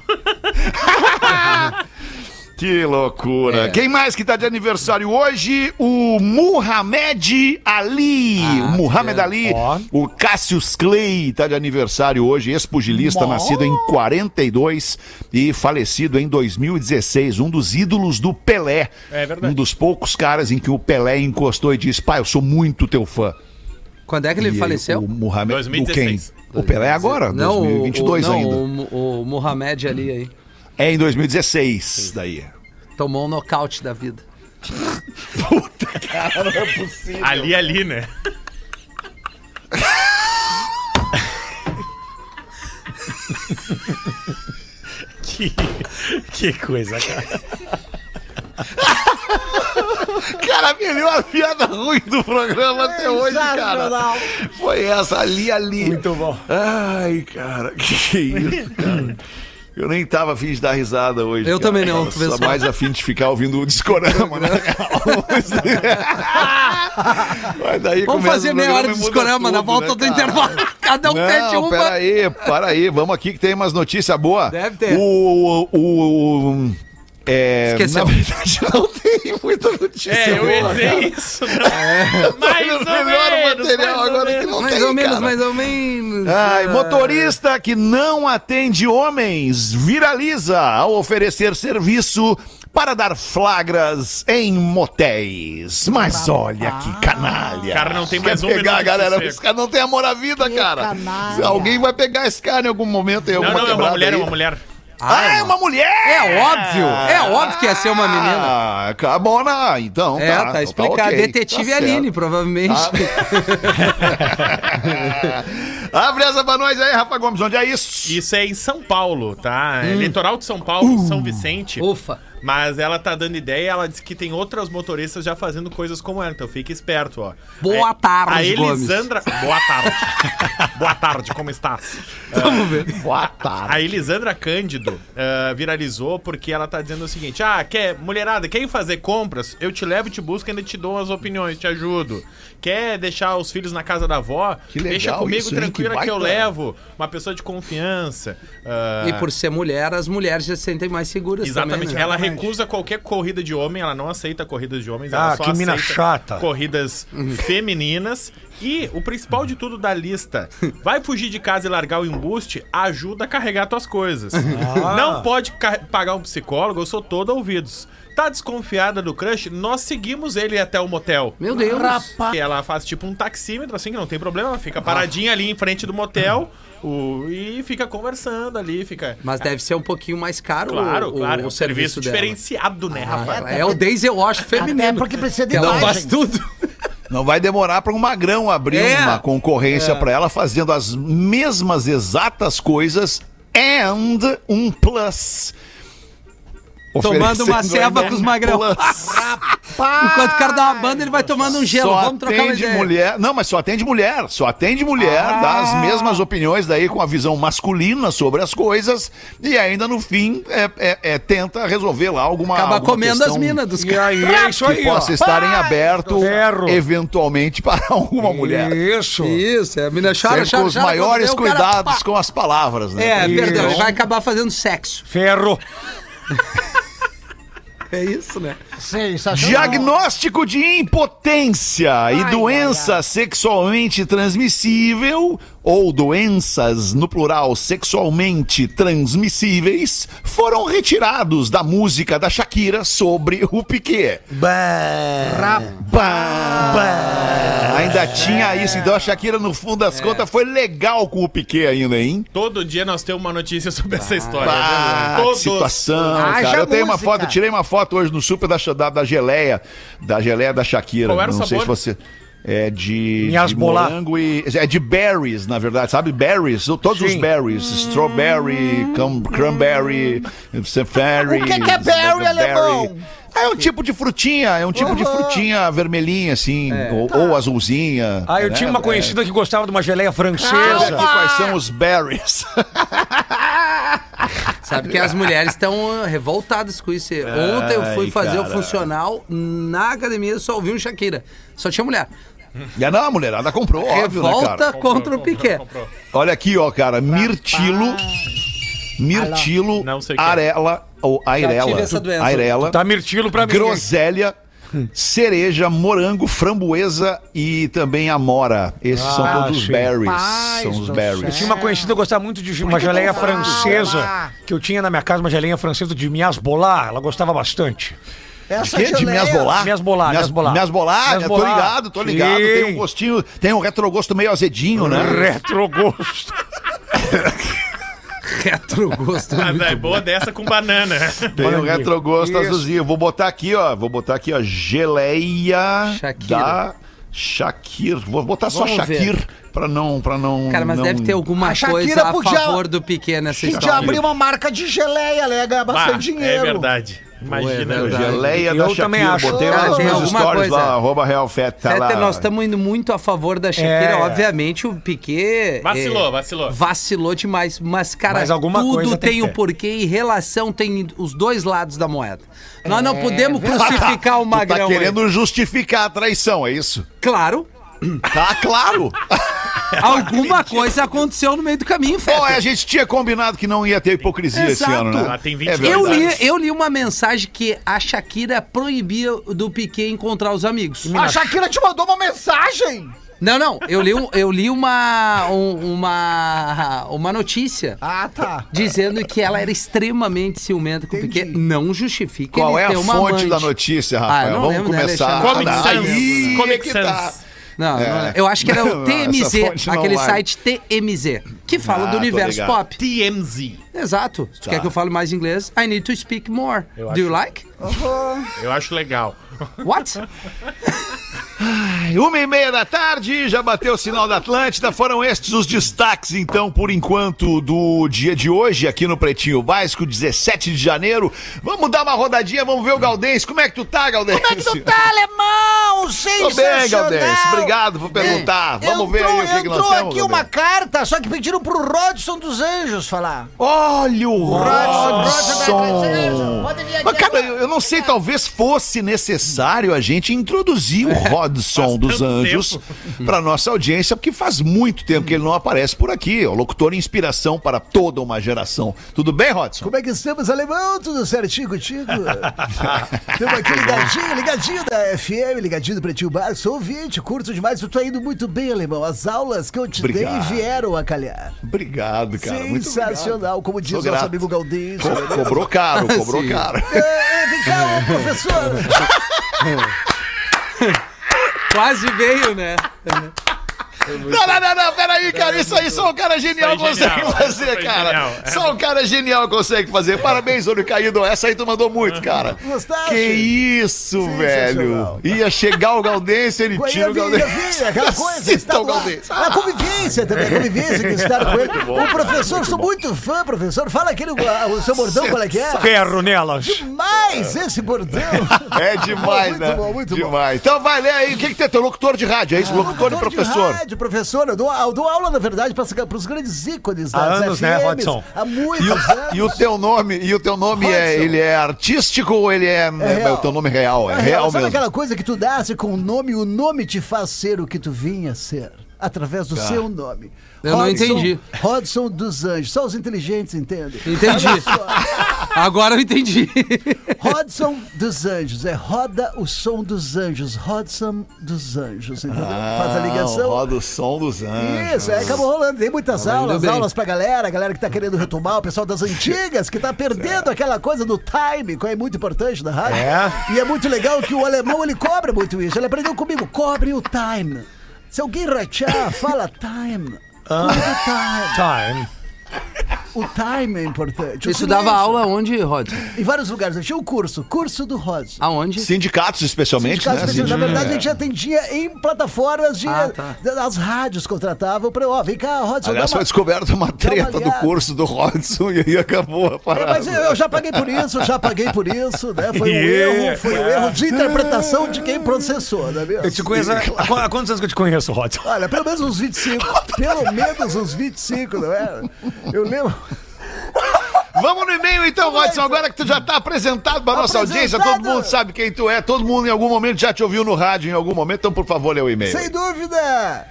Que loucura.
É.
Quem mais que tá de aniversário hoje? O Muhammad Ali.
Ah,
Muhammad Ali. O Cassius Clay tá de aniversário hoje, ex-pugilista, nascido em 42 e falecido em 2016. Um dos ídolos do Pelé.
É verdade.
Um dos poucos caras em que o Pelé encostou e disse: pai, eu sou muito teu fã.
Quando é que ele
E
faleceu?
O Muhammad.
2016.
O quem? O Pelé agora,
não, o-
2022
o, não,
ainda.
O, Mu- o Mohamed ali aí.
É em 2016, daí.
Tomou um nocaute da vida.
Ali, ali, né? que, que coisa, cara.
Cara, a melhor piada ruim do programa até hoje, cara.
Sensacional.
Foi essa, ali, ali.
Muito bom.
Ai, cara, que é isso, cara. Eu nem tava afim de dar risada hoje.
Eu
cara.
também não,
Tava
tu
Só
pensou.
mais afim de ficar ouvindo o discorama,
[LAUGHS]
né? Mas daí
Vamos
começa
fazer
o
meia
programa
hora
e
de
muda
discorama na
tudo,
volta
né,
do
cara?
intervalo. [LAUGHS] Cada um pede
Não,
uma.
para aí, para aí. Vamos aqui que tem umas notícias boas.
Deve ter.
O... o, o é,
Esqueceu.
Na verdade, não tem muita notícia.
É, [LAUGHS] eu
boa,
ia
cara.
dizer isso. Não. Mais
Olha
ou
o melhor
menos,
material
mais ou
agora que
menos.
não
mais
tem,
ou menos,
cara.
mais ou menos.
Ai,
Ah.
motorista que não atende homens viraliza ao oferecer serviço para dar flagras em motéis. Mas olha
Ah.
que canalha.
Cara, não tem mais
Quer
um
pegar,
minuto de
galera.
sossego.
Esse cara não tem amor à vida, cara.
canalha.
Alguém vai pegar esse cara em algum momento. Em
Não,
alguma
não, é
quebrada
uma mulher, é
aí.
uma mulher.
Ah, é uma mulher!
É óbvio, é óbvio que ia ser uma menina.
Ah, cabona, então.
é, tá,
então
explicado.
ok,
Detetive
tá certo. Tá.
Aline, provavelmente.
[LAUGHS] Abre essa pra nós aí, Rafa Gomes. Onde é isso?
Isso é em São Paulo, tá?
Hum.
É Litoral de São Paulo,
Uh.
São
[LAUGHS]
Vicente.
Ufa.
Mas ela tá dando ideia, ela disse que tem outras motoristas já fazendo coisas como ela, então fique esperto, ó.
Boa
É,
tarde,
A Elisandra. Boa
[LAUGHS]
tarde. Boa tarde, como estás?
Vamos ver.
Boa tarde.
A Elisandra Cândido [LAUGHS] ah, viralizou porque ela tá dizendo o seguinte: Ah, quer, mulherada, quer ir fazer compras? Eu te levo, te busco, ainda te dou as opiniões, te ajudo. Quer deixar os filhos na casa da avó?
Que legal
Deixa comigo
isso, hein?
tranquila
Que
que, eu
baita.
levo. Uma pessoa de confiança. Ah,
É.
E por ser mulher, as mulheres já se sentem mais seguras
Exatamente.
também. né?
ela recusa qualquer corrida de homem, ela não aceita corridas de homens,
Ah,
ela só
que mina
aceita
chata. Uhum.
corridas femininas. E o principal de tudo da lista, vai fugir de casa e largar o embuste, ajuda a carregar tuas coisas.
Ah.
Não pode ca- pagar um psicólogo, eu sou todo ouvidos. Tá desconfiada do crush? Nós seguimos ele até o motel.
Meu Deus.
E Ela faz tipo um taxímetro, assim, que não tem problema, ela fica paradinha ali em frente do motel
Ah.
o- e fica conversando ali, fica...
Mas deve ser um pouquinho mais caro
Claro,
o,
claro.
o,
é um
o serviço, dela.
diferenciado, né,
Ah,
rapaz?
é o Daisy, eu acho, feminino.
porque precisa de
Ela
imagem.
faz tudo.
Não vai demorar para um magrão abrir
É.
uma concorrência pra para ela fazendo as mesmas exatas coisas and um plus.
Tomando uma
Oferecendo
ceva
ainda
com os
um
magrão.
plus.
Enquanto o cara dá uma banda, ele vai tomando um gelo.
Só
Vamos trocar uma
atende
ideia.
mulher. Não, mas só atende mulher. Só atende mulher, dá
Ah.
as mesmas opiniões daí com a visão masculina sobre as coisas e ainda no fim é, é- é, tenta resolver lá alguma
Acaba
alguma
comendo as
questão
minas dos
E
caras.
aí, é isso
Que
aí, ó.
possa estar em aberto,
ferro.
eventualmente, [LAUGHS] para alguma mulher.
Isso.
Isso, é, a mina chora,
Sempre
chora,
com os
chora, quando
maiores
vê, o cara,
cuidados
pá.
com as palavras, né?
É,
Isso.
perdão, ele vai acabar fazendo sexo.
Ferro.
É isso, né?
Diagnóstico de impotência e doença sexualmente transmissível ou doenças, no plural, sexualmente transmissíveis, foram retirados da música da Shakira sobre o Piquet. Bah. Ainda tinha isso, então a Shakira, no fundo
É.
das contas, foi legal com o Piquet ainda, hein?
Todo dia nós temos uma notícia sobre
Ah,
essa história.
Bah,
né?
que
Todos.
situação, cara. Eu tenho uma foto, eu tirei uma foto hoje no super da, cha- da, da geleia, da geleia da Shakira.
Qual era o
Não sei se
sabor?
você... É de, de
Yasbolá.
morango e... É de berries, na verdade, sabe? Berries, todos os
Sim.
berries. Strawberry, cam- cranberry, safari...
O que que é berry, alemão?
É um tipo de frutinha, é um tipo de frutinha vermelhinha, assim, ou, ou azulzinha.
Ah, eu
É,
né?
tinha uma conhecida que gostava de uma
É.
geleia
Olha
francesa.
Ah,
aqui quais são os berries. [LAUGHS]
Sabe que as mulheres estão ah, revoltadas com isso. Ontem eu fui
Ai,
fazer o
cara.
funcional na academia, só ouvi um Shakira. Só tinha mulher.
E a- não, a mulherada comprou, óbvio, né,
Revolta
cara?
contra o Piquet.
Olha aqui, ó, cara. Mirtilo. Mirtilo.
Não sei o que é.
Arela. Ou Airela.
tive essa doença.
Airela.
Tá mirtilo pra mim. hein?
Groselha. Cereja, morango, framboesa e também amora. Esses são
Ah,
todos os
sim.
berries.
Paz
são os
do
Eu
berries.
tinha uma conhecida que gostava muito de uma geleia francesa.
Ah.
Que eu tinha na minha casa uma geleia francesa de miasbolá. Ela gosava bastante.
Essa
Que? De
geleia-
minhas bolar?
Minhas bolar, minhas bolar.
Minhas bolar,
Minhas
tô
bolar.
ligado, tô ligado.
Sim.
Tem um gostinho, tem um retrogosto meio azedinho, né?
[LAUGHS]
Retrogosto.
Retrogosto.
Mas é boa dessa
[LAUGHS]
com banana.
Tem um retrogosto azulzinho. Vou botar aqui, ó. Vou botar aqui, ó. Geleia
Shakira.
da Shakir. Vou botar só
Vamos ver.
Shakir pra não, pra não.
Cara, mas
não-
deve ter alguma
A Shakira
coisa a
podia-
favor do Piquet nessa
Tem que
história.
abrir uma marca de geleia, ela ia
né?
ganhar
Bah,
bastante
é
dinheiro.
verdade. Imagina.
é verdade.
Geleia
Eu
da
também
Shakira.
acho.
Botei
Ah,
lá nos
tem
meus
alguma
stories
coisa.
lá, arroba RealFet, tá lá.
Feta, nós estamos indo muito a favor da Shakira.
É.
Obviamente, o Piquet.
Vacilou,
eh,
vacilou.
Vacilou demais. Mas, cara,
Mas alguma
tudo
coisa tem
tem
que
o
ter.
porquê e relação tem os dois lados da moeda. Nós não podemos crucificar o
Tu
Magrão.
tá
aí.
querendo justificar a traição, é isso?
Claro,
Tá
[LAUGHS]
claro.
alguma coisa aconteceu no meio do caminho, Feta.
Bom, é a gente tinha combinado que não ia ter hipocrisia esse
Exato.
ano, né?
Ah, tem 20
É
anos.
Eu
verdade.
li, eu li uma mensagem que a Shakira proibia do Piquet encontrar os amigos.
A Shakira te mandou uma mensagem.
Não, não, eu li, um- eu li uma, um- uma, uma notícia
Ah, tá.
dizendo que ela era extremamente ciumenta com o Piquet. Não justifica
Qual
ele
é a
ter uma
fonte
amante.
da notícia, Rafael?
Ah, eu não
Vamos
lembro, né,
começar.
Alexandre?
Comic
Ah,
Sans.
aí
Comic
que tá.
Sans.
Não,
É.
não lembro. eu acho que era o
Não, essa
TMZ,
fonte não
aquele
vai.
site TMZ, que fala
Ah,
do
tô
universo
ligado. Tá.
pop.
TMZ.
Exato. Se tu quer que eu fale mais inglês, I need to speak more. Do you like?
Eu acho legal.
What?
Uma e meia da tarde, já bateu o sinal da Atlântida. Foram estes os destaques, então, por enquanto, do dia de hoje, aqui no Pretinho Básico, 17 de janeiro. Vamos dar uma rodadinha, vamos ver o Galdês. Como é que tu tá, Galdês? Como é que tu
Tá, alemão,
Tô bem, Galdês.
sensacional.
Obrigado por perguntar.
É,
Vamos ver aí o que, que nós
Entrou
temos.
aqui uma
Galdês.
carta, só que pediram pro Rodson dos Anjos falar.
Olha o Rodson.
Rodson. Pode vir aqui
Mas, cara,
agora.
eu eu não sei, talvez fosse necessário a gente introduzir
[LAUGHS]
o
É,
Rodson dos Anjos [LAUGHS] para nossa audiência, porque faz muito tempo que ele não aparece por aqui. O locutor inspiração para toda uma geração. Tudo bem, Rodson?
[LAUGHS] Como é que estamos, alemão? Tudo
[LAUGHS]
certinho contigo?
[LAUGHS]
Estamos aqui Então ligadinho, ligadinho da FM, ligadinho do Pretinho Bar. Sou ouvinte, curto demais. Tu tá indo muito bem, alemão. As aulas que eu te
Obrigado.
dei vieram a calhar.
Obrigado, cara. Muito obrigado.
Sensacional, como diz
Sou
nosso
grato.
amigo Galdês.
Co- Cobrou caro, cobrou
Sim.
[LAUGHS]
caro.
É, é, vem cá, ô, professor.
Quase veio, né?
Não, não, não, não, peraí, cara. Isso aí só um cara genial
Foi
consegue
genial,
fazer,
foi
cara.
genial. é.
Só um cara genial consegue fazer. Parabéns, Olho Caído. Essa aí tu mandou
Uhum.
muito, cara.
Gostaste?
Que isso, velho.
Sensacional.
Ia chegar o Galdense, ele [LAUGHS]
Aí
tira
eu
o
vi, eu
Galdense.
vi, aquela coisa. É
Cita
Está
o
lá.
Galdense.
A convivência também, a convivência que estar com ele. O professor, sou muito fã, professor. Fala aquele, o seu bordão, qual é que é?
Ferro nelas.
Mas esse bordão.
É demais,
muito
né?
Bom, muito bom.
demais. Então vai ler aí. O que que tem? Teu locutor de rádio, é isso? locutor e
Locutor de
professor.
rádio, professor. Eu dou, eu dou aula, na verdade, para os grandes ícones
Há
das
anos, né,
FMs,
Watson?
Há muitos anos.
E o teu nome, e o teu nome é,
Hudson.
ele é artístico ou ele é, é
real.
o teu nome é real, é,
Na real,
real
Ah, sabe
mesmo.
aquela coisa que tu nasce com o nome e o nome te faz ser o que tu vinha ser? Através do
Tá.
seu nome.
Eu não entendi.
Rodson dos Anjos. Só os inteligentes entendem.
Entendi.
Olha só.
Agora eu entendi.
Rodson dos Anjos. É roda o som dos anjos. Rodson dos Anjos. Entendeu? Faz a ligação.
Ah, Roda o som dos anjos.
Isso, é, acabou rolando. Tem muitas aulas,
bem.
aulas pra galera, a galera que tá querendo retomar, o pessoal das antigas, que tá
É.
perdendo aquela coisa do time, que é muito importante na rádio.
É.
E é muito legal que o alemão, ele cobra muito isso. Ele aprendeu comigo, cobre o time. Se alguém
[LAUGHS]
rachar, fala time.
Ah.
Cobre
Time.
O time. O time é importante. O
Isso dava
silêncio.
aula onde, Rod?
Em vários lugares. Eu tinha o curso, curso do Rosa.
Aonde?
Sindicatos, especialmente,
Sindicatos
né?
especiais. Na verdade, a gente atendia em plataformas de.
Ah, tá.
As rádios contratavam pra. Ó, vem cá, Rodson.
Aliás,
dá uma-
foi descoberta uma treta do
ligada.
curso do Rodson e aí acabou a
É,
parada.
mas eu, eu já paguei por isso, já paguei por isso,
[LAUGHS]
né? Foi um
Yeah.
erro, foi
é.
um erro de interpretação de quem processou, né
Eu
mesmo?
te conheço. Há há quantos anos que eu te conheço, Rodson?
Olha, pelo menos uns 25. Pelo menos uns 25, não é? Eu lembro.
Vamos no e-mail então, Rodson, agora que tu já tá apresentado pra nossa audiência,
Apresentado.
todo mundo sabe quem tu é, todo mundo em algum momento já te ouviu no rádio em algum momento, então por favor, lê o e-mail.
Sem dúvida!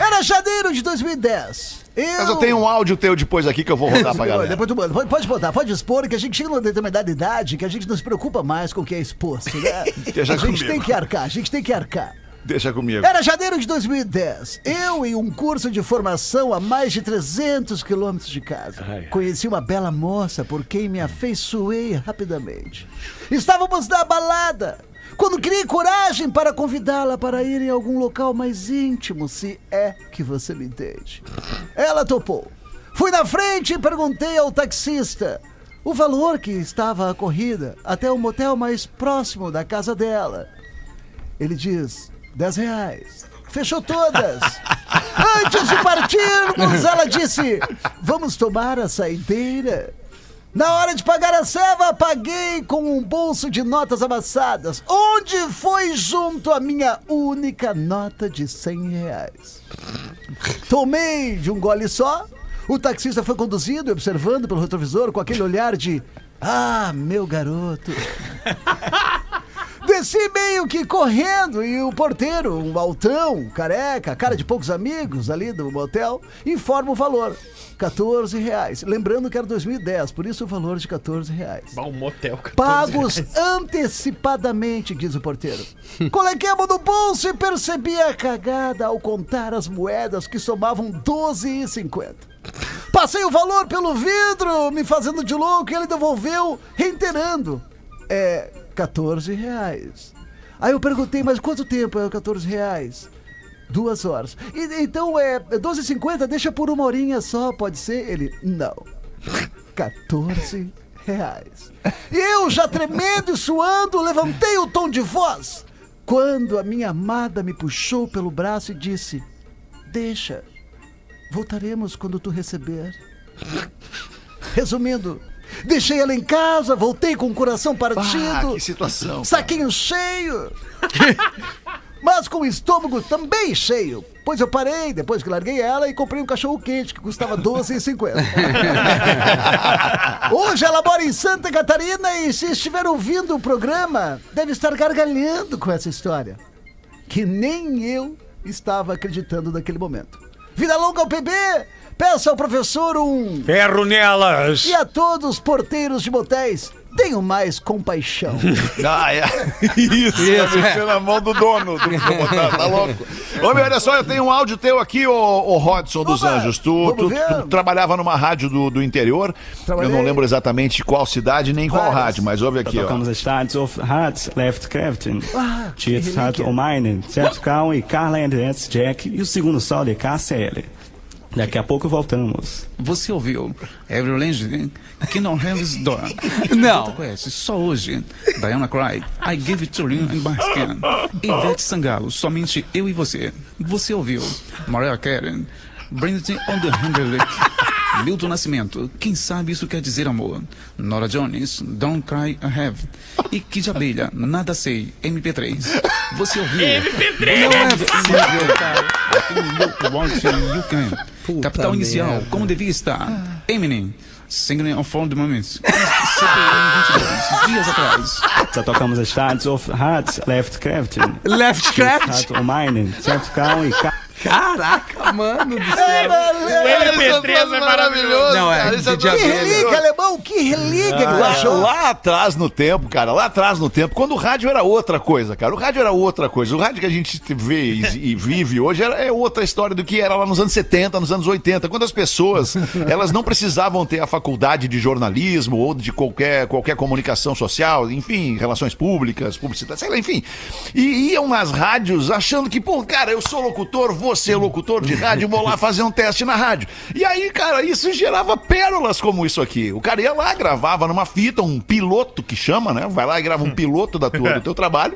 Era janeiro de 2010. Eu...
Mas eu tenho um áudio teu depois aqui que eu vou rodar pra
Olha,
galera.
Depois tu manda. Pode, pode botar, pode expor, que a gente chega numa determinada idade que a gente não se preocupa mais com o que é exposto,
[LAUGHS]
né? a
Deixa
gente
comigo.
tem que arcar, a gente tem que arcar.
Deixa comigo.
Era janeiro de 2010. Eu, em um curso de formação a mais de 300 quilômetros de casa, conheci uma bela moça por quem me afeiçoei rapidamente. Estávamos na balada. Quando criei coragem para convidá-la para ir em algum local mais íntimo, se é que você me entende. Ela topou. Fui na frente e perguntei ao taxista o valor que estava a corrida até o motel mais próximo da casa dela. Ele diz: 10 reais. Fechou todas. [LAUGHS] Antes de partirmos, ela disse: Vamos tomar a saideira. Na hora de pagar a ceva, paguei com um bolso de notas amassadas, onde foi junto a minha única nota de 100 reais. Tomei de um gole só. O taxista foi conduzido, e observando pelo retrovisor com aquele olhar de: Ah, meu garoto. Desci meio que correndo e o porteiro, um altão, careca, cara de poucos amigos ali do motel, informa o valor. 14 reais. Lembrando que era 2010, por isso o valor de 14 reais.
Bah, um motel. 14
Pagos
reais.
antecipadamente, diz o porteiro. Coloquei a mão no bolso e percebi a cagada ao contar as moedas que somavam 12,50. Passei o valor pelo vidro, me fazendo de louco, e ele devolveu, reiterando. É, 14 reais. Aí eu perguntei, mas quanto tempo é o 14 reais? Duas horas. E- então é 12,50, deixa por uma horinha só, pode ser? Ele, não. 14 reais. Eu já tremendo e suando, levantei o tom de voz. Quando a minha amada me puxou pelo braço e disse: Deixa, voltaremos quando tu receber. Resumindo, deixei ela em casa, voltei com o coração partido.
Ah, que situação.
Saquinho cheio. Mas com o estômago também cheio. Pois eu parei, depois que larguei ela, e comprei um cachorro quente que custava 12,50. Hoje ela mora em Santa Catarina e se estiver ouvindo o programa, deve estar gargalhando com essa história. Que nem eu estava acreditando naquele momento. Vida longa ao PB! Peça ao professor um.
Ferro nelas.
E a todos os porteiros de motéis, Tenho mais compaixão.
Ah, é. Isso,
Isso,
tá mexendo na mão do dono. Do... Tá, tá louco. Ô, meu, olha só, eu tenho um áudio teu aqui, ô, ô Rodson dos
Opa,
Anjos. Tu,
vamos
tu-
ver.
tu trabalhava numa rádio do, do interior.
Trabalhei.
Eu não lembro exatamente qual cidade nem qual
Várias.
rádio, mas ouve aqui, ó. Ah,
Tocamos as Stars of Hearts, Left Crafting, Tietz Heart O Mine,
Uh!
Jeff Crown e Carla Andreas Jack e o segundo sol de KCL. Daqui a pouco voltamos.
Você ouviu Avril Lavigne, que não Hems Dawn.
Não.
Conhece só hoje. Diana Cry, I Give It To You and Baskin. Ivete Sangalo, somente eu e você. Você ouviu Mariah Carey, Brandy on the Hamburg. Milton Nascimento, quem sabe isso quer dizer amor. Nora Jones, Don't Cry I Have. E Kid Abelha, nada sei, MP3. Você ouviu?
Não é possível. [LAUGHS]
Puta Capital inicial, como devia
Ah.
estar. Eminem, Singing on Found Moments. CPM 22, dias atrás.
Já tocamos as Stars of Hearts, Left
[LAUGHS]
Crafting,
Left
Heart
craft.
O Mine, Jeff Crown e Carla
Caraca, mano do céu.
O LP3 é maravilhoso.
Não, é,
cara,
de
isso
Que
tudo-
abelha.
relíquia, alemão, que relíquia que tu
Lá,
achou.
lá atrás no tempo, cara, lá atrás no tempo, quando o rádio era outra coisa, cara. O rádio era outra coisa. O rádio que a gente vê e, e vive hoje era, é outra história do que era lá nos anos 70, nos anos 80. Quando as pessoas, elas não precisavam ter a faculdade de jornalismo ou de qualquer, qualquer comunicação social, enfim, relações públicas, publicidade, sei lá, enfim. E iam nas rádios achando que, pô, cara, eu sou locutor, vou ser locutor de rádio, vou lá fazer um teste na rádio. E aí, cara, isso gerava pérolas como isso aqui. O cara ia lá, gravava numa fita, um piloto que chama, né? Vai lá e grava um piloto da tua, do teu trabalho.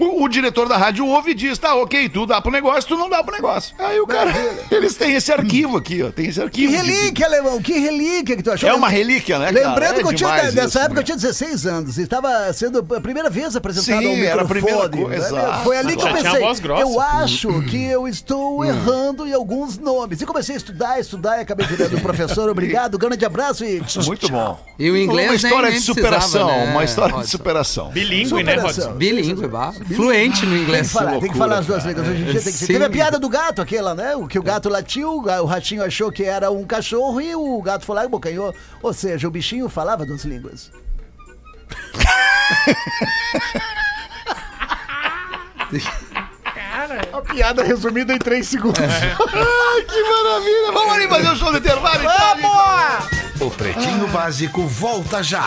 O, o diretor da rádio ouve e diz: tá, ok, tu dá pro negócio, tu não dá pro negócio. Aí o cara. Eles têm esse arquivo aqui, ó. Tem esse
Que
arquivo. de-
relíquia, alemão, que relíquia que tu achou.
É uma relíquia, né? cara?
Lembrando
É
que eu tinha,
demais
nessa
isso,
época
né?
eu tinha 16 anos e estava sendo a primeira vez apresentado
Sim,
ao
era a primeira
microfone.
coisa,
né?
exato.
Foi ali que eu
Já tinha
pensei,
voz grossa.
eu acho que eu
Hum.
estou errando em alguns nomes. E comecei a estudar, estudar e acabei
[LAUGHS]
virando professor. Obrigado, grande abraço e...
Muito bom.
E o inglês
Uma história
nem- nem
de superação.
precisava, né,
Uma história de
Rodson?
superação.
Bilíngue, né,
Superação.
Rodson?
Um Bilíngue, bah. Fluente no
Tem que
inglês.
falar, tem que falar as duas línguas. Hoje em
né?
dia tem que ser. Teve a
Sim.
piada do gato, aquela, né? O que o gato latiu, o ratinho achou que era um cachorro e o gato foi lá e bocanhou. Ou seja, o bichinho falava duas línguas.
A piada resumida em 3 segundos. Ai, que maravilha! Vamos ali fazer o show do intervalo então,
O Pretinho Básico volta já.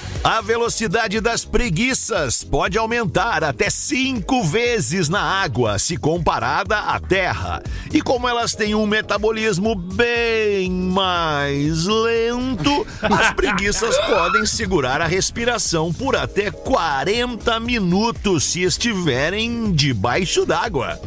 A velocidade das preguiças pode aumentar até cinco vezes na água se comparada à terra. E como elas têm um metabolismo bem mais lento, as preguiças podem segurar a respiração por até 40 minutos se estiverem debaixo d'água.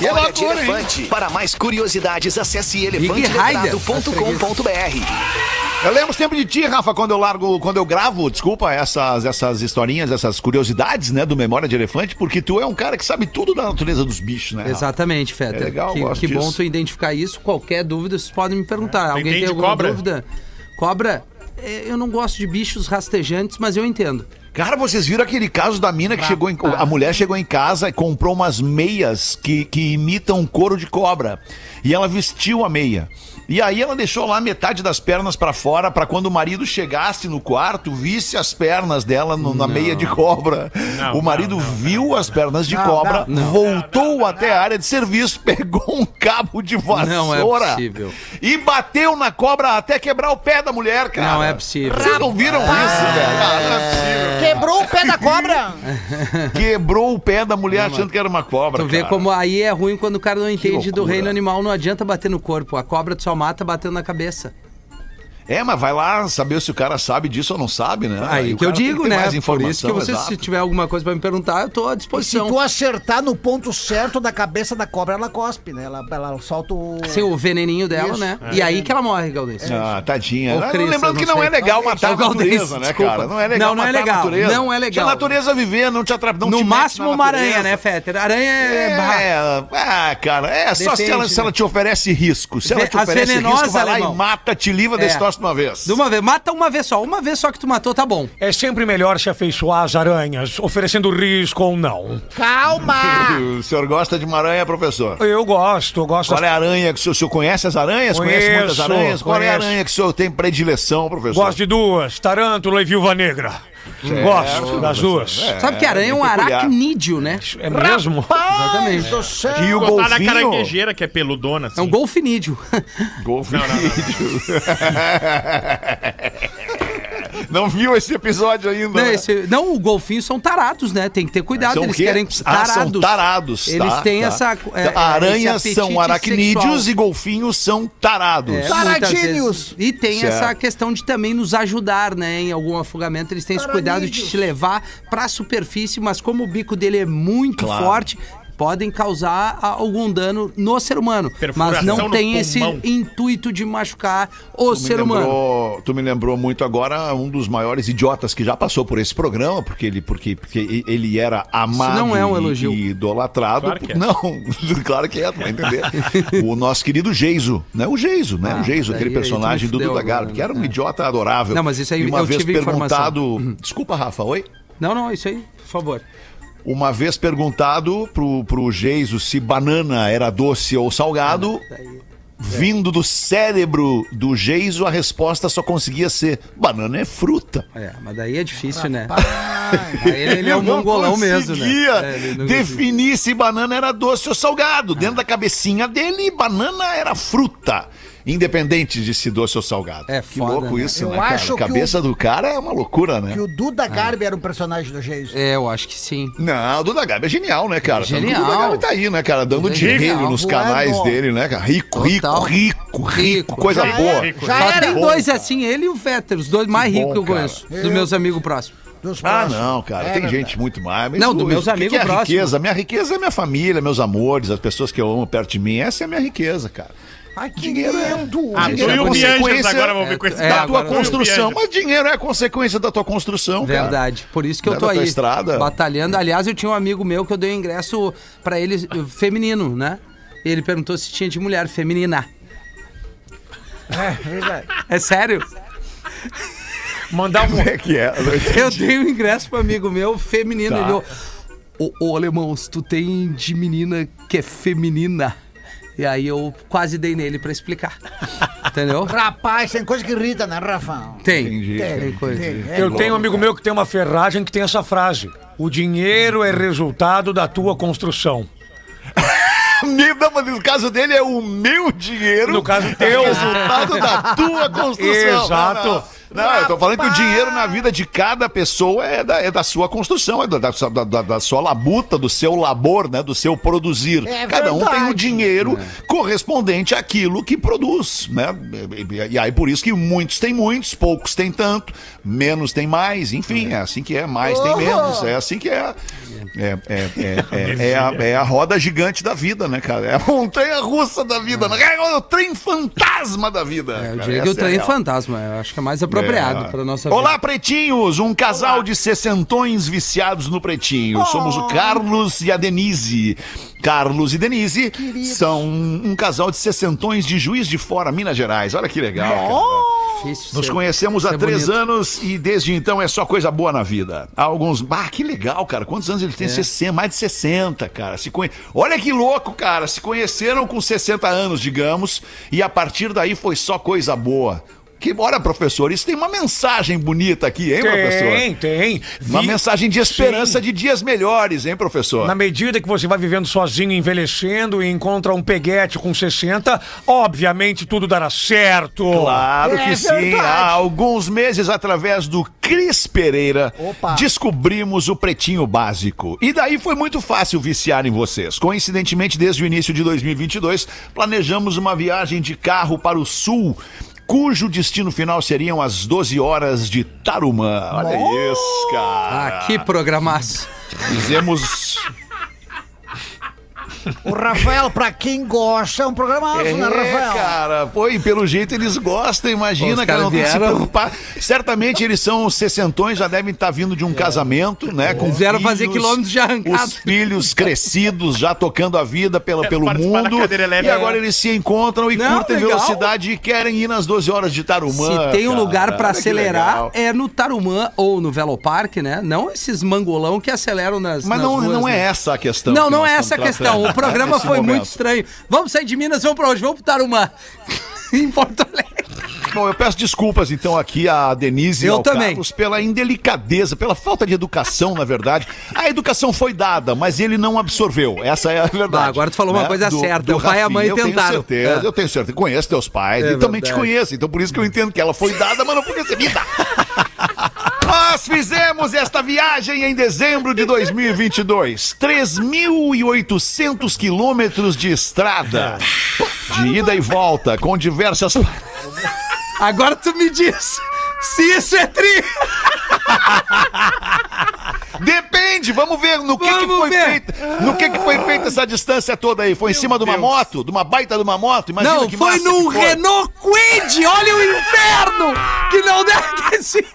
Memória
loucura,
de elefante. Para mais curiosidades, acesse elefanteletrado.com.br.
Eu lembro sempre de ti, Rafa, quando eu largo, quando eu gravo, desculpa, essas, essas historinhas, essas curiosidades, né, do Memória de Elefante, porque tu é um cara que sabe tudo da natureza dos bichos, né? Rafa?
Exatamente, Feta.
É legal,
que
gosto
que bom
disso.
tu identificar isso. Qualquer dúvida, vocês podem me perguntar. Alguém
entende
tem alguma
cobra?
dúvida? Cobra, é, eu não gosto de bichos rastejantes, mas eu entendo.
Cara, vocês viram aquele caso da mina que chegou em, a mulher chegou em casa e comprou umas meias que, que imitam couro de cobra. E ela vestiu a meia. E aí ela deixou lá metade das pernas pra fora pra quando o marido chegasse no quarto, visse as pernas dela no- na meia de cobra. o marido viu as pernas de cobra, voltou até a área de serviço, [LAUGHS] pegou um cabo de vassoura
Não é possível.
e bateu na cobra até quebrar o pé da mulher, cara.
Não é possível.
Vocês não viram isso, velho? Ah, não é possível.
Quebrou o pé da cobra.
Quebrou o pé da mulher achando que era uma cobra.
É, Tu vê
cara.
como aí é ruim quando o cara não entende do
loucura.
reino animal, não adianta bater no corpo. A cobra tu só mata batendo na cabeça.
É, mas vai lá saber se o cara sabe disso ou não sabe, né?
Aí
o
que eu
cara tem
digo,
ter
né?
mais
Por isso que
informação,
você, se
exato.
tiver alguma coisa pra me perguntar, eu tô à
Se
disposição.
tu acertar no ponto certo da cabeça da cobra, ela cospe, né? Ela, ela solta o.
Sem o veneninho dela,
Isso.
É.
né? E aí que ela morre, Galdês.
Ah, tadinha.
Ô,
Ah,
Cris, eu
Lembrando
não
que não
sei.
é legal
Ah,
matar
é
a
o Galdês,
natureza, né,
desculpa.
cara? Não é legal
Não, não é
matar
legal,
a natureza.
não é legal.
Deixa a natureza viver, não te atrapalha. não
No
te mete na
máximo uma aranha,
natureza.
né, Fetter? Aranha é... barra-
É, ah, cara, é só
Depende,
se ela, se ela
né?
te oferece risco. Se ela
Ve-
te
as
oferece risco,
venenosas,
vai lá
alemão.
e mata, te livra
É.
desse troço uma vez.
De uma vez. Mata uma vez só. Uma vez só que tu matou, tá bom.
É sempre melhor se afeiçoar às aranhas, oferecendo risco ou não.
Calma!
o senhor gosta de uma aranha, professor?
Eu gosto, eu gosto.
Qual é a aranha que o senhor, o senhor conhece as aranhas? conhece muitas
Conheço,
aranhas? Qual é a
conheço.
aranha que o senhor tem predileção, professor?
Gosto de duas, tarântula e viúva negra. gosto das duas.
Sabe que aranha é um aracnídeo, né? É um
É mesmo?
Exatamente.
E o
Gostar da
golfinho?
[LAUGHS]
caranguejeira, que é peludona, assim.
É um
[LAUGHS]
golfinídeo.
Golfe. Não, [LAUGHS] viu esse episódio ainda?
Não,
né?
esse- não, o golfinho são tarados, né? Tem que ter cuidado.
São
eles
o quê?
querem
Ah,
tarados.
são tarados. tá,
Eles têm
tá.
essa.
Então,
é, é, esse
aranhas são
apetite
aracnídeos
sexual.
e golfinhos são tarados.
É, muitas vezes. E tem
Certo.
essa questão de também nos ajudar, né? Em algum afogamento, eles têm esse cuidado de te levar pra superfície, mas como o bico dele é muito
Claro.
forte, podem causar a- algum dano no ser humano. Mas
Perfuração
não
no
tem esse
pulmão.
intuito de machucar o
Tu me
ser humano.
lembrou- Tu me lembrou muito agora um dos maiores idiotas que já passou por esse programa, porque ele, porque, porque ele era amado
não é um
e-
elogio.
e idolatrado.
Claro que é.
Não, [LAUGHS] claro que é, tu vai entender. o nosso querido Geiso, né? O Geiso, né?
Ah,
o Geiso,
daí-
aquele
aí tu me
personagem do
fudeu
Duda
agora,
Garbi, que era um
né?
idiota adorável.
Não, mas isso aí
e uma
eu
vez
tive informação. Uhum.
perguntado. Desculpa, Rafa, oi?
Não, não, isso aí, por favor.
Uma vez perguntado pro, pro Geiso se banana era doce ou salgado,
tá É.
vindo do cérebro do Geiso, a resposta só conseguia ser: banana é fruta.
É, mas daí é difícil, né? Aí [LAUGHS] ele, ele é um
não
mongolão mesmo, né?
conseguia
É, ele não conseguia.
definir se banana era doce ou salgado. Dentro da cabecinha dele, banana era fruta. Independente de se doce ou salgado.
É
que
foda,
louco
né?
isso,
Eu
né, cara?
acho
A
que
cabeça do cara é uma loucura, né?
Que o Duda Garbi era um personagem do Geiso.
É, eu acho que sim.
Não, o Duda Gabi é genial, né, cara? Tanto que O
Genial. é
Duda Gabi tá aí, né, cara? Dando
Genial,
dinheiro nos
voando.
canais dele, né, cara? Rico, rico,
Total.
rico, rico.
Rico.
Coisa
Já
boa.
é rico.
Já
Só
era.
tem
Bom,
dois
cara.
assim, ele e o Vetter, os dois mais
Que
ricos que
bom,
eu
cara.
conheço, dos meus amigos próximos.
Dos
Ah,
próximos.
não, cara.
É
tem
verdade.
gente muito mais. mas
né, Não,
isso-
dos meus
o que que
amigos
é a
próximos.
riqueza? Minha riqueza é minha família, meus amores, as pessoas que eu amo perto de mim. Essa é a minha riqueza, cara.
Ai, que
Dinheiro é-
lindo.
Ah, tu
Dinheiro
e
é
o Bianjas
consequência
agora vão ver com esse
É,
da
agora
tua
eu vi o
construção. Mas dinheiro é consequência da tua construção, cara.
Verdade. Por isso que eu
Né,
tô
da tua
aí
estrada.
batalhando. Aliás, eu tinha um amigo meu que eu dei um ingresso pra ele eh, feminino, né? Ele perguntou se tinha de mulher feminina. É sério?
Mandar um.
Como é que é?
Eu dei um ingresso pro amigo meu
Tá.
feminino. Ele falou: Ô, ô alemão, se tu tem de menina que é feminina. E aí eu quase dei nele pra
[LAUGHS]
explicar. Entendeu?
Rapaz, tem coisa que irrita, né, Rafa?
Tem.
Entendi.
Tem coisa.
Eu tenho um amigo meu que tem uma ferragem que tem essa frase: O dinheiro é resultado da tua construção.
Meu- Não, mas no caso dele é o meu dinheiro.
No caso
É
teu.
o resultado da tua construção.
Exato.
Não, não. Não, eu tô falando que o dinheiro na vida de cada pessoa é da, é da sua construção, é da, da, sua- da- da- da sua labuta, do seu labor, né? Do seu produzir.
É
cada um tem o
verdade.
dinheiro correspondente àquilo que produz, né? E- E, e aí por isso que muitos têm muitos, poucos têm tanto, menos tem mais, enfim, é, assim que é, mais tem menos, é assim que é. É, é, é, é, é a, é a roda gigante da vida, né, cara? É a montanha russa da vida, né? É o trem fantasma da vida.
É, eu
cara,
diria que o
essa é a
trem
real.
fantasma. Eu acho que é mais apropriado
É.
pra nossa
Olá, pretinhos! Um casal de sessentões viciados no pretinho. Somos o Carlos e a Denise. Carlos e Denise são um casal de sessentões de Juiz de Fora, Minas Gerais. Olha que legal. cara.
Difícil
Nos
é-
ser-
conhecemos há
ser
três
bonito.
anos e desde então é só coisa boa na vida. Há alguns. Ah, que legal, cara. Quantos anos ele
É.
tem? 60, mais de 60, cara. Se conhe... Olha que louco, cara. Se conheceram com 60 anos, digamos, e a partir daí foi só coisa boa. Que bora, professor, isso tem uma mensagem bonita aqui, hein,
Tem,
professor?
tem.
Uma
Vi-
mensagem de esperança
Sim.
de dias melhores, hein, professor?
Na medida que você vai vivendo sozinho, envelhecendo e encontra um peguete com 60, obviamente tudo dará certo.
Claro
É
que sim.
verdade.
Há alguns meses, através do Cris Pereira,
Opa.
descobrimos o Pretinho Básico. E daí foi muito fácil viciar em vocês. Coincidentemente, desde o início de 2022, planejamos uma viagem de carro para o sul. Cujo destino final seriam as 12 horas de Tarumã. Olha isso, cara.
Ah, que programaço.
Fizemos.
O Rafael, pra quem gosta, é um programa
É,
né, Rafael?
cara, pô, e pelo jeito eles gostam,
Os
imagina, cara, não
caras
tem que se
vieram.
preocupar. Certamente eles são sessentões, já devem estar vindo de um casamento, né? Com
É. Vieram fazer quilômetros já arrancados.
Os filhos crescidos, já tocando a vida pela,
Quero
pelo
É, participar
mundo.
da cadeira
E
elétrica.
agora eles se encontram e
Não,
curtem
legal.
velocidade e querem ir nas 12 horas de Tarumã.
Se tem um
cara.
lugar pra
Olha que
acelerar,
legal.
é no Tarumã ou no Veloparque, né? Não esses mangolão que aceleram nas.
Mas
nas
não,
ruas,
não é
né?
essa a questão.
não,
que
não
nós
é
estamos
essa a questão.
tratando
O programa
nesse
foi
momento.
muito estranho. Vamos sair de Minas, vamos pra onde? Vamos pro Tarumã. [LAUGHS] em Porto Alegre.
Bom, eu peço desculpas então aqui à Denise e
Eu
ao
também.
Carlos pela indelicadeza, pela falta de educação, na verdade. A educação foi dada, mas ele não absorveu. Essa é a verdade.
Bah, agora tu falou uma coisa certa. O pai e a
Rafinha,
mãe
eu
tentaram.
Tenho certeza,
É.
Eu tenho certeza. Conheço teus pais
É
e também te
verdade.
conheço. Então por isso que eu entendo que ela foi dada, mas não foi recebida. Nós fizemos esta viagem em dezembro de 2022. 3.800 quilômetros de estrada. De ida e volta, com diversas...
Agora tu me diz se isso é tri.
Depende, vamos ver no que, que foi feito. No que, que foi feita essa distância toda aí? Foi em cima de uma moto? De uma baita de uma moto? Imagina
não,
que
foi
massa
num
que foi.
Renault Quid. Olha o inferno que não deve ter sido.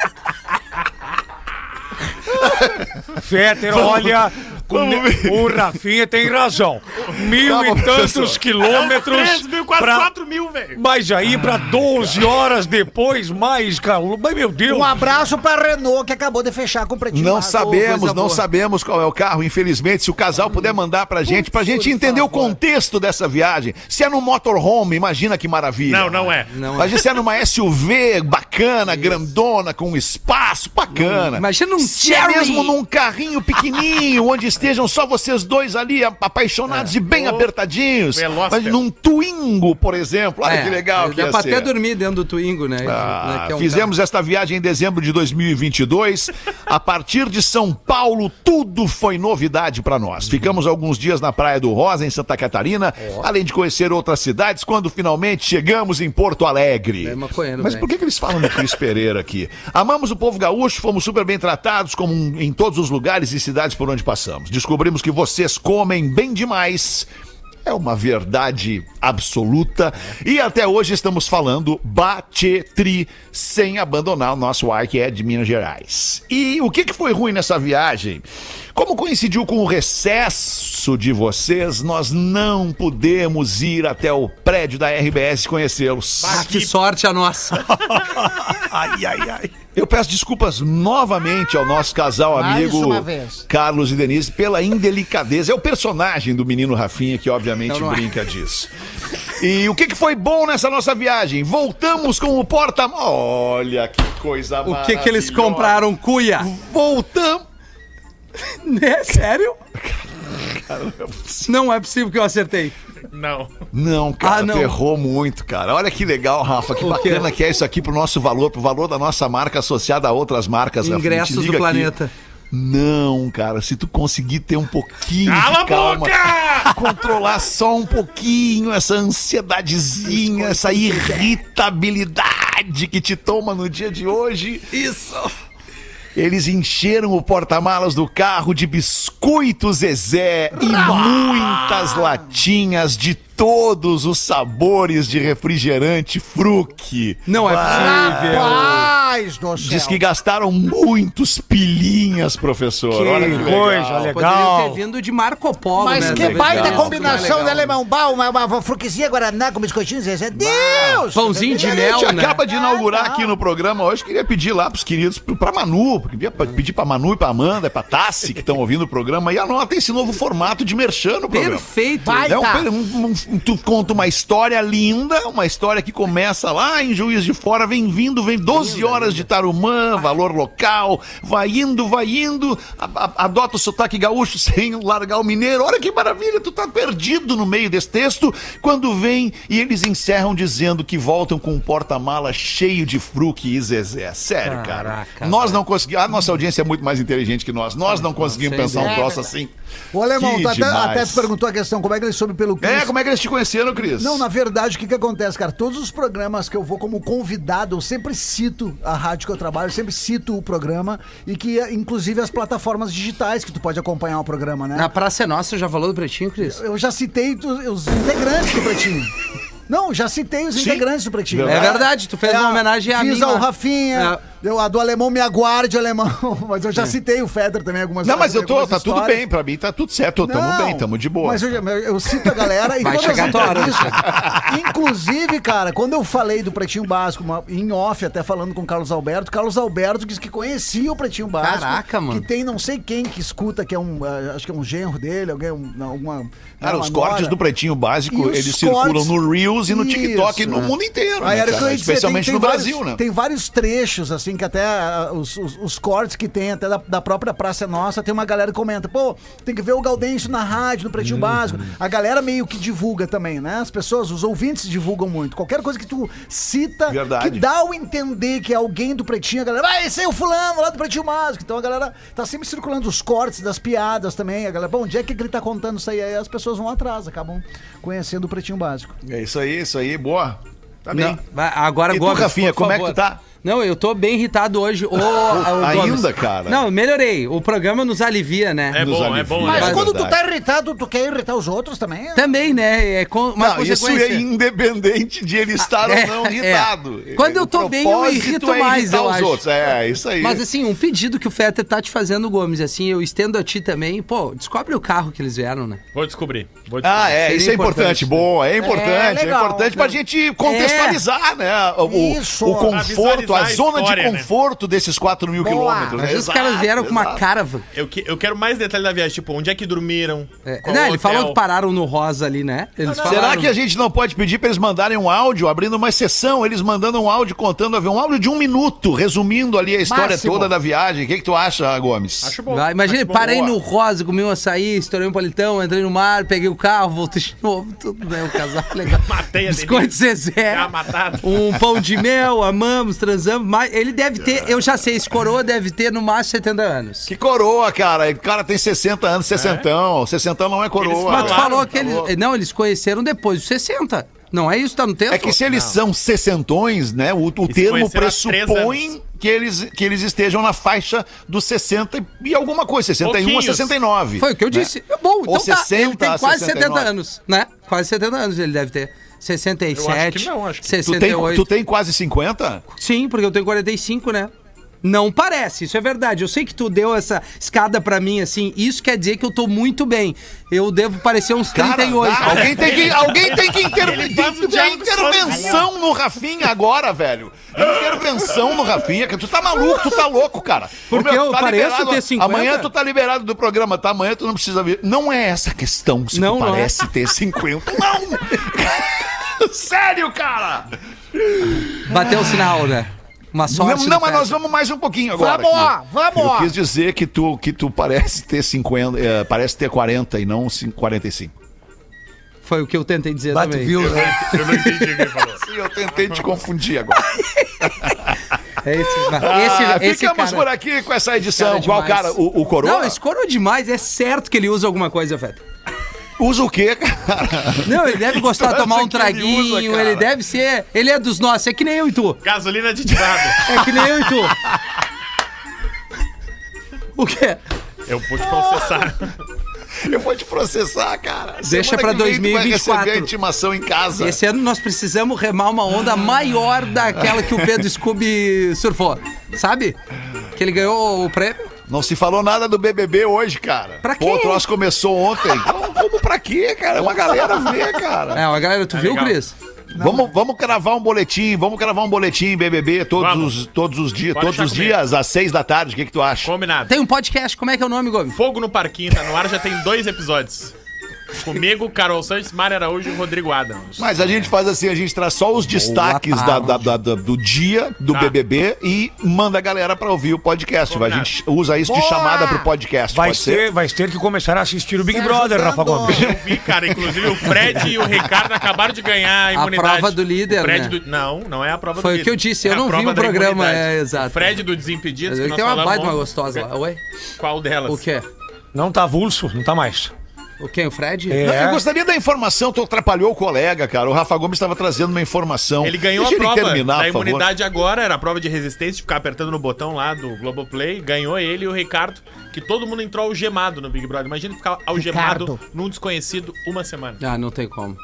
Féter,
Vamos-
olha. com-
vamos
O Rafinha tem razão. Mil
Calma,
e tantos
professor.
quilômetros.
É um três mil, quase
pra-
quatro mil, velho.
Mas aí, pra 12 horas depois, mais calor. Mas, meu Deus.
Um abraço pra Renault, que acabou de fechar com o Pretinho.
Não
Básico.
sabemos,
Coisa
não
boa.
sabemos qual é o carro, infelizmente. Se o casal puder mandar pra gente, pra gente entender o contexto dessa viagem. Se é no motorhome, imagina que maravilha.
Não, não é. Não é.
Imagina se é numa SUV bacana, grandona, com um espaço bacana.
Imagina um
Se é
Chery.
mesmo num carrinho pequenininho, onde estejam só vocês dois ali, a-
É.
apaixonados e bem apertadinhos.
Veloster.
Mas num Twingo, por exemplo. Olha
É,
que legal que
Dá
ia
pra
ser.
até dormir dentro do Twingo, né?
Ah,
Né, que é um
fizemos esta viagem em dezembro de 2022. A partir de São Paulo, tudo foi novidade para nós. Ficamos alguns dias na Praia do Rosa, em Santa Catarina, além de conhecer outras cidades, quando finalmente chegamos em Porto Alegre.
É né?
Mas por que, que eles falam do Cris Pereira aqui? Amamos o povo gaúcho, fomos super bem tratados, como um, em todos os lugares e cidades por onde passamos. Descobrimos que vocês comem bem demais. É uma verdade absoluta. E até hoje estamos falando Batetri, sem abandonar o nosso ar que é de Minas Gerais. E o que, que foi ruim nessa viagem? Como coincidiu com o recesso de vocês, nós não pudemos ir até o prédio da RBS conhecê-los.
Ah, que sorte a nossa.
[LAUGHS] ai, ai, ai. Eu peço desculpas novamente ao nosso casal
Mais
amigo
uma vez.
Carlos e Denise pela indelicadeza. É o personagem do menino Rafinha que obviamente
Não, não é.
brinca disso. E o que, que foi bom nessa nossa viagem? Voltamos com o porta Olha que coisa
O que que eles compraram, cuia?
Voltamos.
né? Sério? Não é possível que eu acertei.
Não.
Não, cara,
Ah, não.
tu errou muito, cara. Olha que legal, Rafa, que
O quê?
bacana que é isso aqui pro nosso valor, pro valor da nossa marca associada a outras marcas. Rafa.
Ingressos
Te liga
do planeta.
Não, cara, se tu conseguir ter um pouquinho
Cala
de
a
calma,
boca!
[LAUGHS] controlar só um pouquinho essa ansiedadezinha, essa irritabilidade que te toma no dia de hoje.
Isso.
Eles encheram o porta-malas do carro de biscoitos Zezé e muitas latinhas de todos os sabores de refrigerante Fruc.
Não é
Rapaz do céu.
Diz que gastaram muitos pilinhas, professor.
Que
Olha que
coisa legal.
Poderiam ter vindo de Marco Polo,
Mas
né,
que
talvez.
baita
Não,
combinação,
não
né,
é legal.
alemão? Bah, uma, uma, uma fruquezinha Guaraná com biscoitinhos,
é
Zezé. Deus!
Pãozinho de
A
mel,
gente
né?
acaba de inaugurar aqui no programa hoje. Queria pedir lá pros queridos, pro- pra Manu, queria pa- pedir pra Manu e pra Amanda, e pra Tassi, que estão ouvindo o programa. E anota esse novo formato de merchan no programa.
Perfeito.
É um per- um- um- tu conta uma história linda, uma história que começa lá em Juiz de Fora, vem vindo, vem 12 horas de Tarumã, valor local, vai indo, vai indo, a- a- adota o sotaque gaúcho [LAUGHS] sem largar o mineiro. Olha que maravilha, tu tá perdido no meio desse texto. Quando vem e eles encerram dizendo que voltam com um porta-mala cheio de fruque e Zezé. Sério, cara. Nós não conseguimos. A nossa audiência é muito mais inteligente que nós. Nós não conseguimos
sem
pensar um
dúvida.
troço assim.
O alemão,
Que
tu até,
demais.
até te perguntou a questão, como é que ele soube pelo Cris?
É, como é que eles te conheceram, Cris?
Não, na verdade, o que, que acontece, cara? Todos os programas que eu vou como convidado, eu sempre cito a rádio que eu trabalho, eu sempre cito o programa e que, inclusive, as plataformas digitais que tu pode acompanhar o programa, né?
Na Praça é Nossa, já falou do Pretinho, Cris?
Eu já citei tu- os integrantes do Pretinho. Não, já citei os integrantes do Pretinho.
É verdade, tu fez uma homenagem a
Fiz
mim,
ao
né? É.
Rafinha, eu, a do alemão me aguarde, alemão. [LAUGHS] Mas eu já citei o Feder também algumas
Não, mas
vezes,
eu tô,
algumas
tá tudo
histórias.
bem, pra mim tá tudo certo, tamo
Não,
bem, tamo de boa.
Mas eu, eu cito a galera e
Vai
todas
chegar
as
a tua hora,
entrevistas. [LAUGHS] Inclusive, cara, quando eu falei do Pretinho Básico, uma- em off, até falando com o Carlos Alberto, Carlos Alberto disse que conhecia o Pretinho Básico.
Caraca, mano.
Que tem não sei quem que escuta, que é um. ah, Acho que é um genro dele, alguém, um, alguma.
Cara,
uma
os cortes
nora.
do Pretinho Básico,
E os
eles
cortes-
circulam no Reels e no TikTok
Isso,
no
é.
mundo inteiro,
Aí
né,
era o que
cara?
eu ia dizer, tem-
Especialmente
tem
no
vários-
Brasil, né?
Tem vários trechos, assim, que até ah, os, os- os cortes que tem até da, da própria Praça é Nossa, tem uma galera que comenta, pô, tem que ver o Gaudêncio na rádio, no Pretinho Básico. A galera meio que divulga também, né? As pessoas, os ouvintes divulgam muito. Qualquer coisa que tu cita,
Verdade.
que dá o entender que é alguém do Pretinho, a galera, ah, esse é o fulano lá do Pretinho Básico. Então a galera tá sempre circulando os cortes das piadas também. A galera, bom, onde é que ele tá contando isso aí? Aí as pessoas vão atrás, acabam conhecendo o Pretinho Básico.
É isso aí, isso aí, boa. Tá bem.
Não, vai- agora
E tu,
Gomes,
Rafinha,
por
como é que
favor.
tu tá?
Não, eu tô bem irritado hoje. Ô, ô,
ainda,
Gomes.
cara?
Não, melhorei. O programa nos alivia, né?
É Nos bom, é alivia. bom,
Mas
né?
quando tu
Tu tá irritado, tu quer irritar os outros também?
Também, né? É co- uma
Não, isso
consequência.
é independente de
Ah,
ele estar
É,
ou não
é.
irritado. É,
Quando eu tô
O
bem, eu
propósito
irrito
é
mais,
irritar
eu
os
acho.
outros, É, isso aí.
Mas assim, um pedido que o Fetter tá te fazendo, Gomes, assim, eu estendo a ti também. Pô, descobre o carro que eles vieram, né?
Vou descobrir. Vou descobrir.
Ah, é,
Seria
isso é
importante,
importante.
né?
Boa, é importante, é,
É, legal,
importante pra
né?
gente contextualizar, né? O,
Isso.
o
Pra
conforto,
visualizar
a
a
zona
história,
de
né?
conforto desses 4 mil quilômetros, né?
Mas os caras vieram com uma caravana.
Eu, que- eu quero mais detalhes da viagem, tipo, onde é que dormiram? qual
Não,
hotel.
né, ele falou que pararam no Rosa ali, né? Eles
Será que a gente não pode pedir pra eles mandarem um áudio, abrindo uma sessão, eles mandando um áudio contando, um áudio de um minuto, resumindo ali a história
Máximo.
toda da viagem. O que, que tu acha, Gomes? Acho
Vai, imagina, parei no Rosa, comi um açaí, estourei um palitão, entrei no mar, peguei o carro, voltei de novo, tudo, né? O casal
[LAUGHS]
legal.
Matei a
Biscoito
Denise.
Zezé,
Já matado.
um pão de mel, amamos, transamos, mas ele deve ter, eu já sei, esse coroa deve ter no máximo 70 anos.
Que coroa, cara. O cara tem 60 anos, 60. É? 60 não é coroa.
Mas tu falou
Claro,
que eles, não, eles conheceram depois dos 60. Não é isso, tá no texto?
É que se eles são sessentões, né? O, o termo
conheceram há três
pressupõe que eles, que eles estejam na faixa dos 60 e- e alguma coisa, 61
Pouquinhos.
a 69.
Foi o que eu
né?
disse. Bom, então
Ou
tá,
60
ele tem
a
quase 70
69.
anos, né? Quase 70 anos ele deve ter. 67,
Eu acho que não, acho que- Tu tem-
68.
tu tem quase 50?
Sim, porque eu tenho 45, né? Não parece, isso é verdade. Eu sei que tu deu essa escada pra mim, assim. Isso quer dizer que eu tô muito bem. Eu devo parecer uns 38.
Cara, alguém tem [LAUGHS] que, alguém tem que inter-
Ele
tem
faz
que
o
dar
diálogo
intervenção no Rafinha agora, velho. Intervenção no Rafinha, que tu tá maluco, tu tá louco, cara.
Porque
Ô,
eu pareço
liberado-
ter 50?
Amanhã tu tá liberado do programa, tá? Amanhã tu não precisa vir. Não é essa a questão, se
Não,
tu
não é.
parece ter 50.
[LAUGHS]
Não! Sério, cara!
Bateu o sinal, né? Uma sorte.
não,
do
não mas
Fred.
nós vamos mais um pouquinho agora.
Vamos lá,
aqui.
vamos
Eu
lá.
quis dizer que tu, que tu parece ter 50, eh, parece ter 40 e não 5, 45.
Foi o que eu tentei dizer também.
viu, né?
Eu não entendi o que ele falou.
Sim, eu tentei te confundir agora.
É esse,
Ah,
esse, esse
ficamos
cara-
por aqui com essa
esse
edição.
é
Qual
demais.
cara? O, o Coroa?
Não, esse coroa é demais. É certo que ele usa alguma coisa, Feta.
Usa o quê, cara? [LAUGHS]
Não, ele deve gostar de
Essa
tomar um
que ele
traguinho,
usa,
ele,
cara.
deve ser. Ele é dos nossos, é que nem eu e tu. [LAUGHS]
Gasolina aditivada.
É que nem eu e tu. O quê?
Eu vou te processar.
Eu vou te processar, cara.
Deixa
Semana
pra
que vem tu vai
2024.
receber a intimação em
Tá.
casa.
Esse ano nós precisamos remar uma onda maior daquela que o
[LAUGHS]
Pedro Scooby surfou. Sabe? Que ele ganhou o prêmio.
Não se falou nada do BBB hoje, cara.
Pra
Pô, o
quê?
troço começou ontem.
[LAUGHS]
Então, vamos pra quê, cara? Uma galera vê, cara.
É, mas galera, tu viu,
legal.
Cris?
Vamos, vamos cravar um boletim, vamos cravar um boletim BBB todos
Vamos.
os todos os dias,
Pode
todos os
deixar comigo.
dias às seis da tarde. O que que tu acha?
Combinado.
Tem um podcast, como é que é o nome, Gomes?
Fogo no Parquinho, tá no ar, já tem dois episódios. Comigo, Carol Santos, Mário Araújo e Rodrigo Adams.
Mas a gente faz assim, a gente traz só os destaques da, da- da- da- do dia do
Tá.
BBB e manda a galera pra ouvir o podcast. A
Combinado.
gente usa isso de chamada pro podcast,
Vai
pode ser?
ter, vai ter que começar a assistir o Big Brother, Rafa Gomes.
Eu vi, cara, inclusive o Fred e o Ricardo acabaram de ganhar a imunidade.
prova do líder,
O Fred
né?
do- Não, não é a prova
Foi
do
o
líder.
que eu disse, eu
a
não vi
prova
o
da
programa,
imunidade.
é, exato.
O Fred do Desimpedidos, que nós
Tem uma
falamos Tá
baita uma
ontem.
gostosa lá. Oi?
Qual delas?
O quê?
Não tá avulso, não tá mais.
O quem? O Fred?
Não,
É.
eu gostaria da informação, tu atrapalhou o colega, cara. O Rafa Gomes estava trazendo uma informação.
Ele ganhou
Deixa
a prova
ele terminar,
da
por favor.
imunidade agora, era a prova de resistência, de ficar apertando no botão lá do Globoplay. Ganhou ele e o Ricardo, que todo mundo entrou algemado no Big Brother. Imagina ficar algemado
Ricardo.
num desconhecido uma semana.
Ah, não tem como.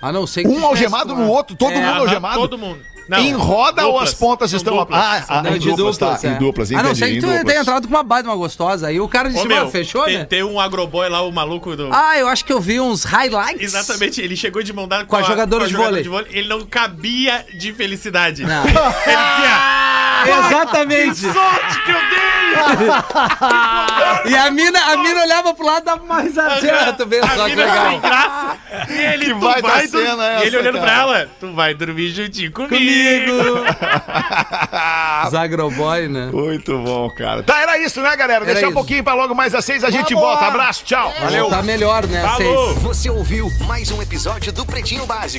A não ser que.
Um algemado no outro, todo mundo
É, Aham,
algemado.
Todo mundo.
em roda ou as
duplas.
pontas
São
estão
duplas.
Ah, ah,
Não,
em
de
duplas, tá.
é.
Em duplas,
A não
entendi,
ser que
em
tu
duplas.
tenha entrado com uma baita uma gostosa. Aí o cara disse,
Ô,
mano,
meu,
fechou,
tem,
né?
tem um agroboy lá, o maluco do...
Ah, eu acho que eu vi uns highlights.
Exatamente, ele chegou de mão dada
Com a jogadora de vôlei.
Ele não cabia de felicidade.
Não.
Ele dizia,
Exatamente.
[LAUGHS] "Que sorte que eu
E a mina, a mina olhava pro lado e dava uma risadinha. Tu vê só
A
que
mina assim, sem
legal.
graça. E ele,
Que
tu
vai
vai,
da
dur-
cena
e ele
essa,
olhando pra
cara.
ela, tu vai dormir juntinho comigo.
Zagroboy, né?
Muito bom, cara. Tá, era isso, né,
Era
galera? Deixar um
isso.
pouquinho pra logo mais às seis, a gente
Vamos
volta.
lá.
Abraço, tchau.
Tá melhor, né? Seis.
Você ouviu mais um episódio do Pretinho Básico.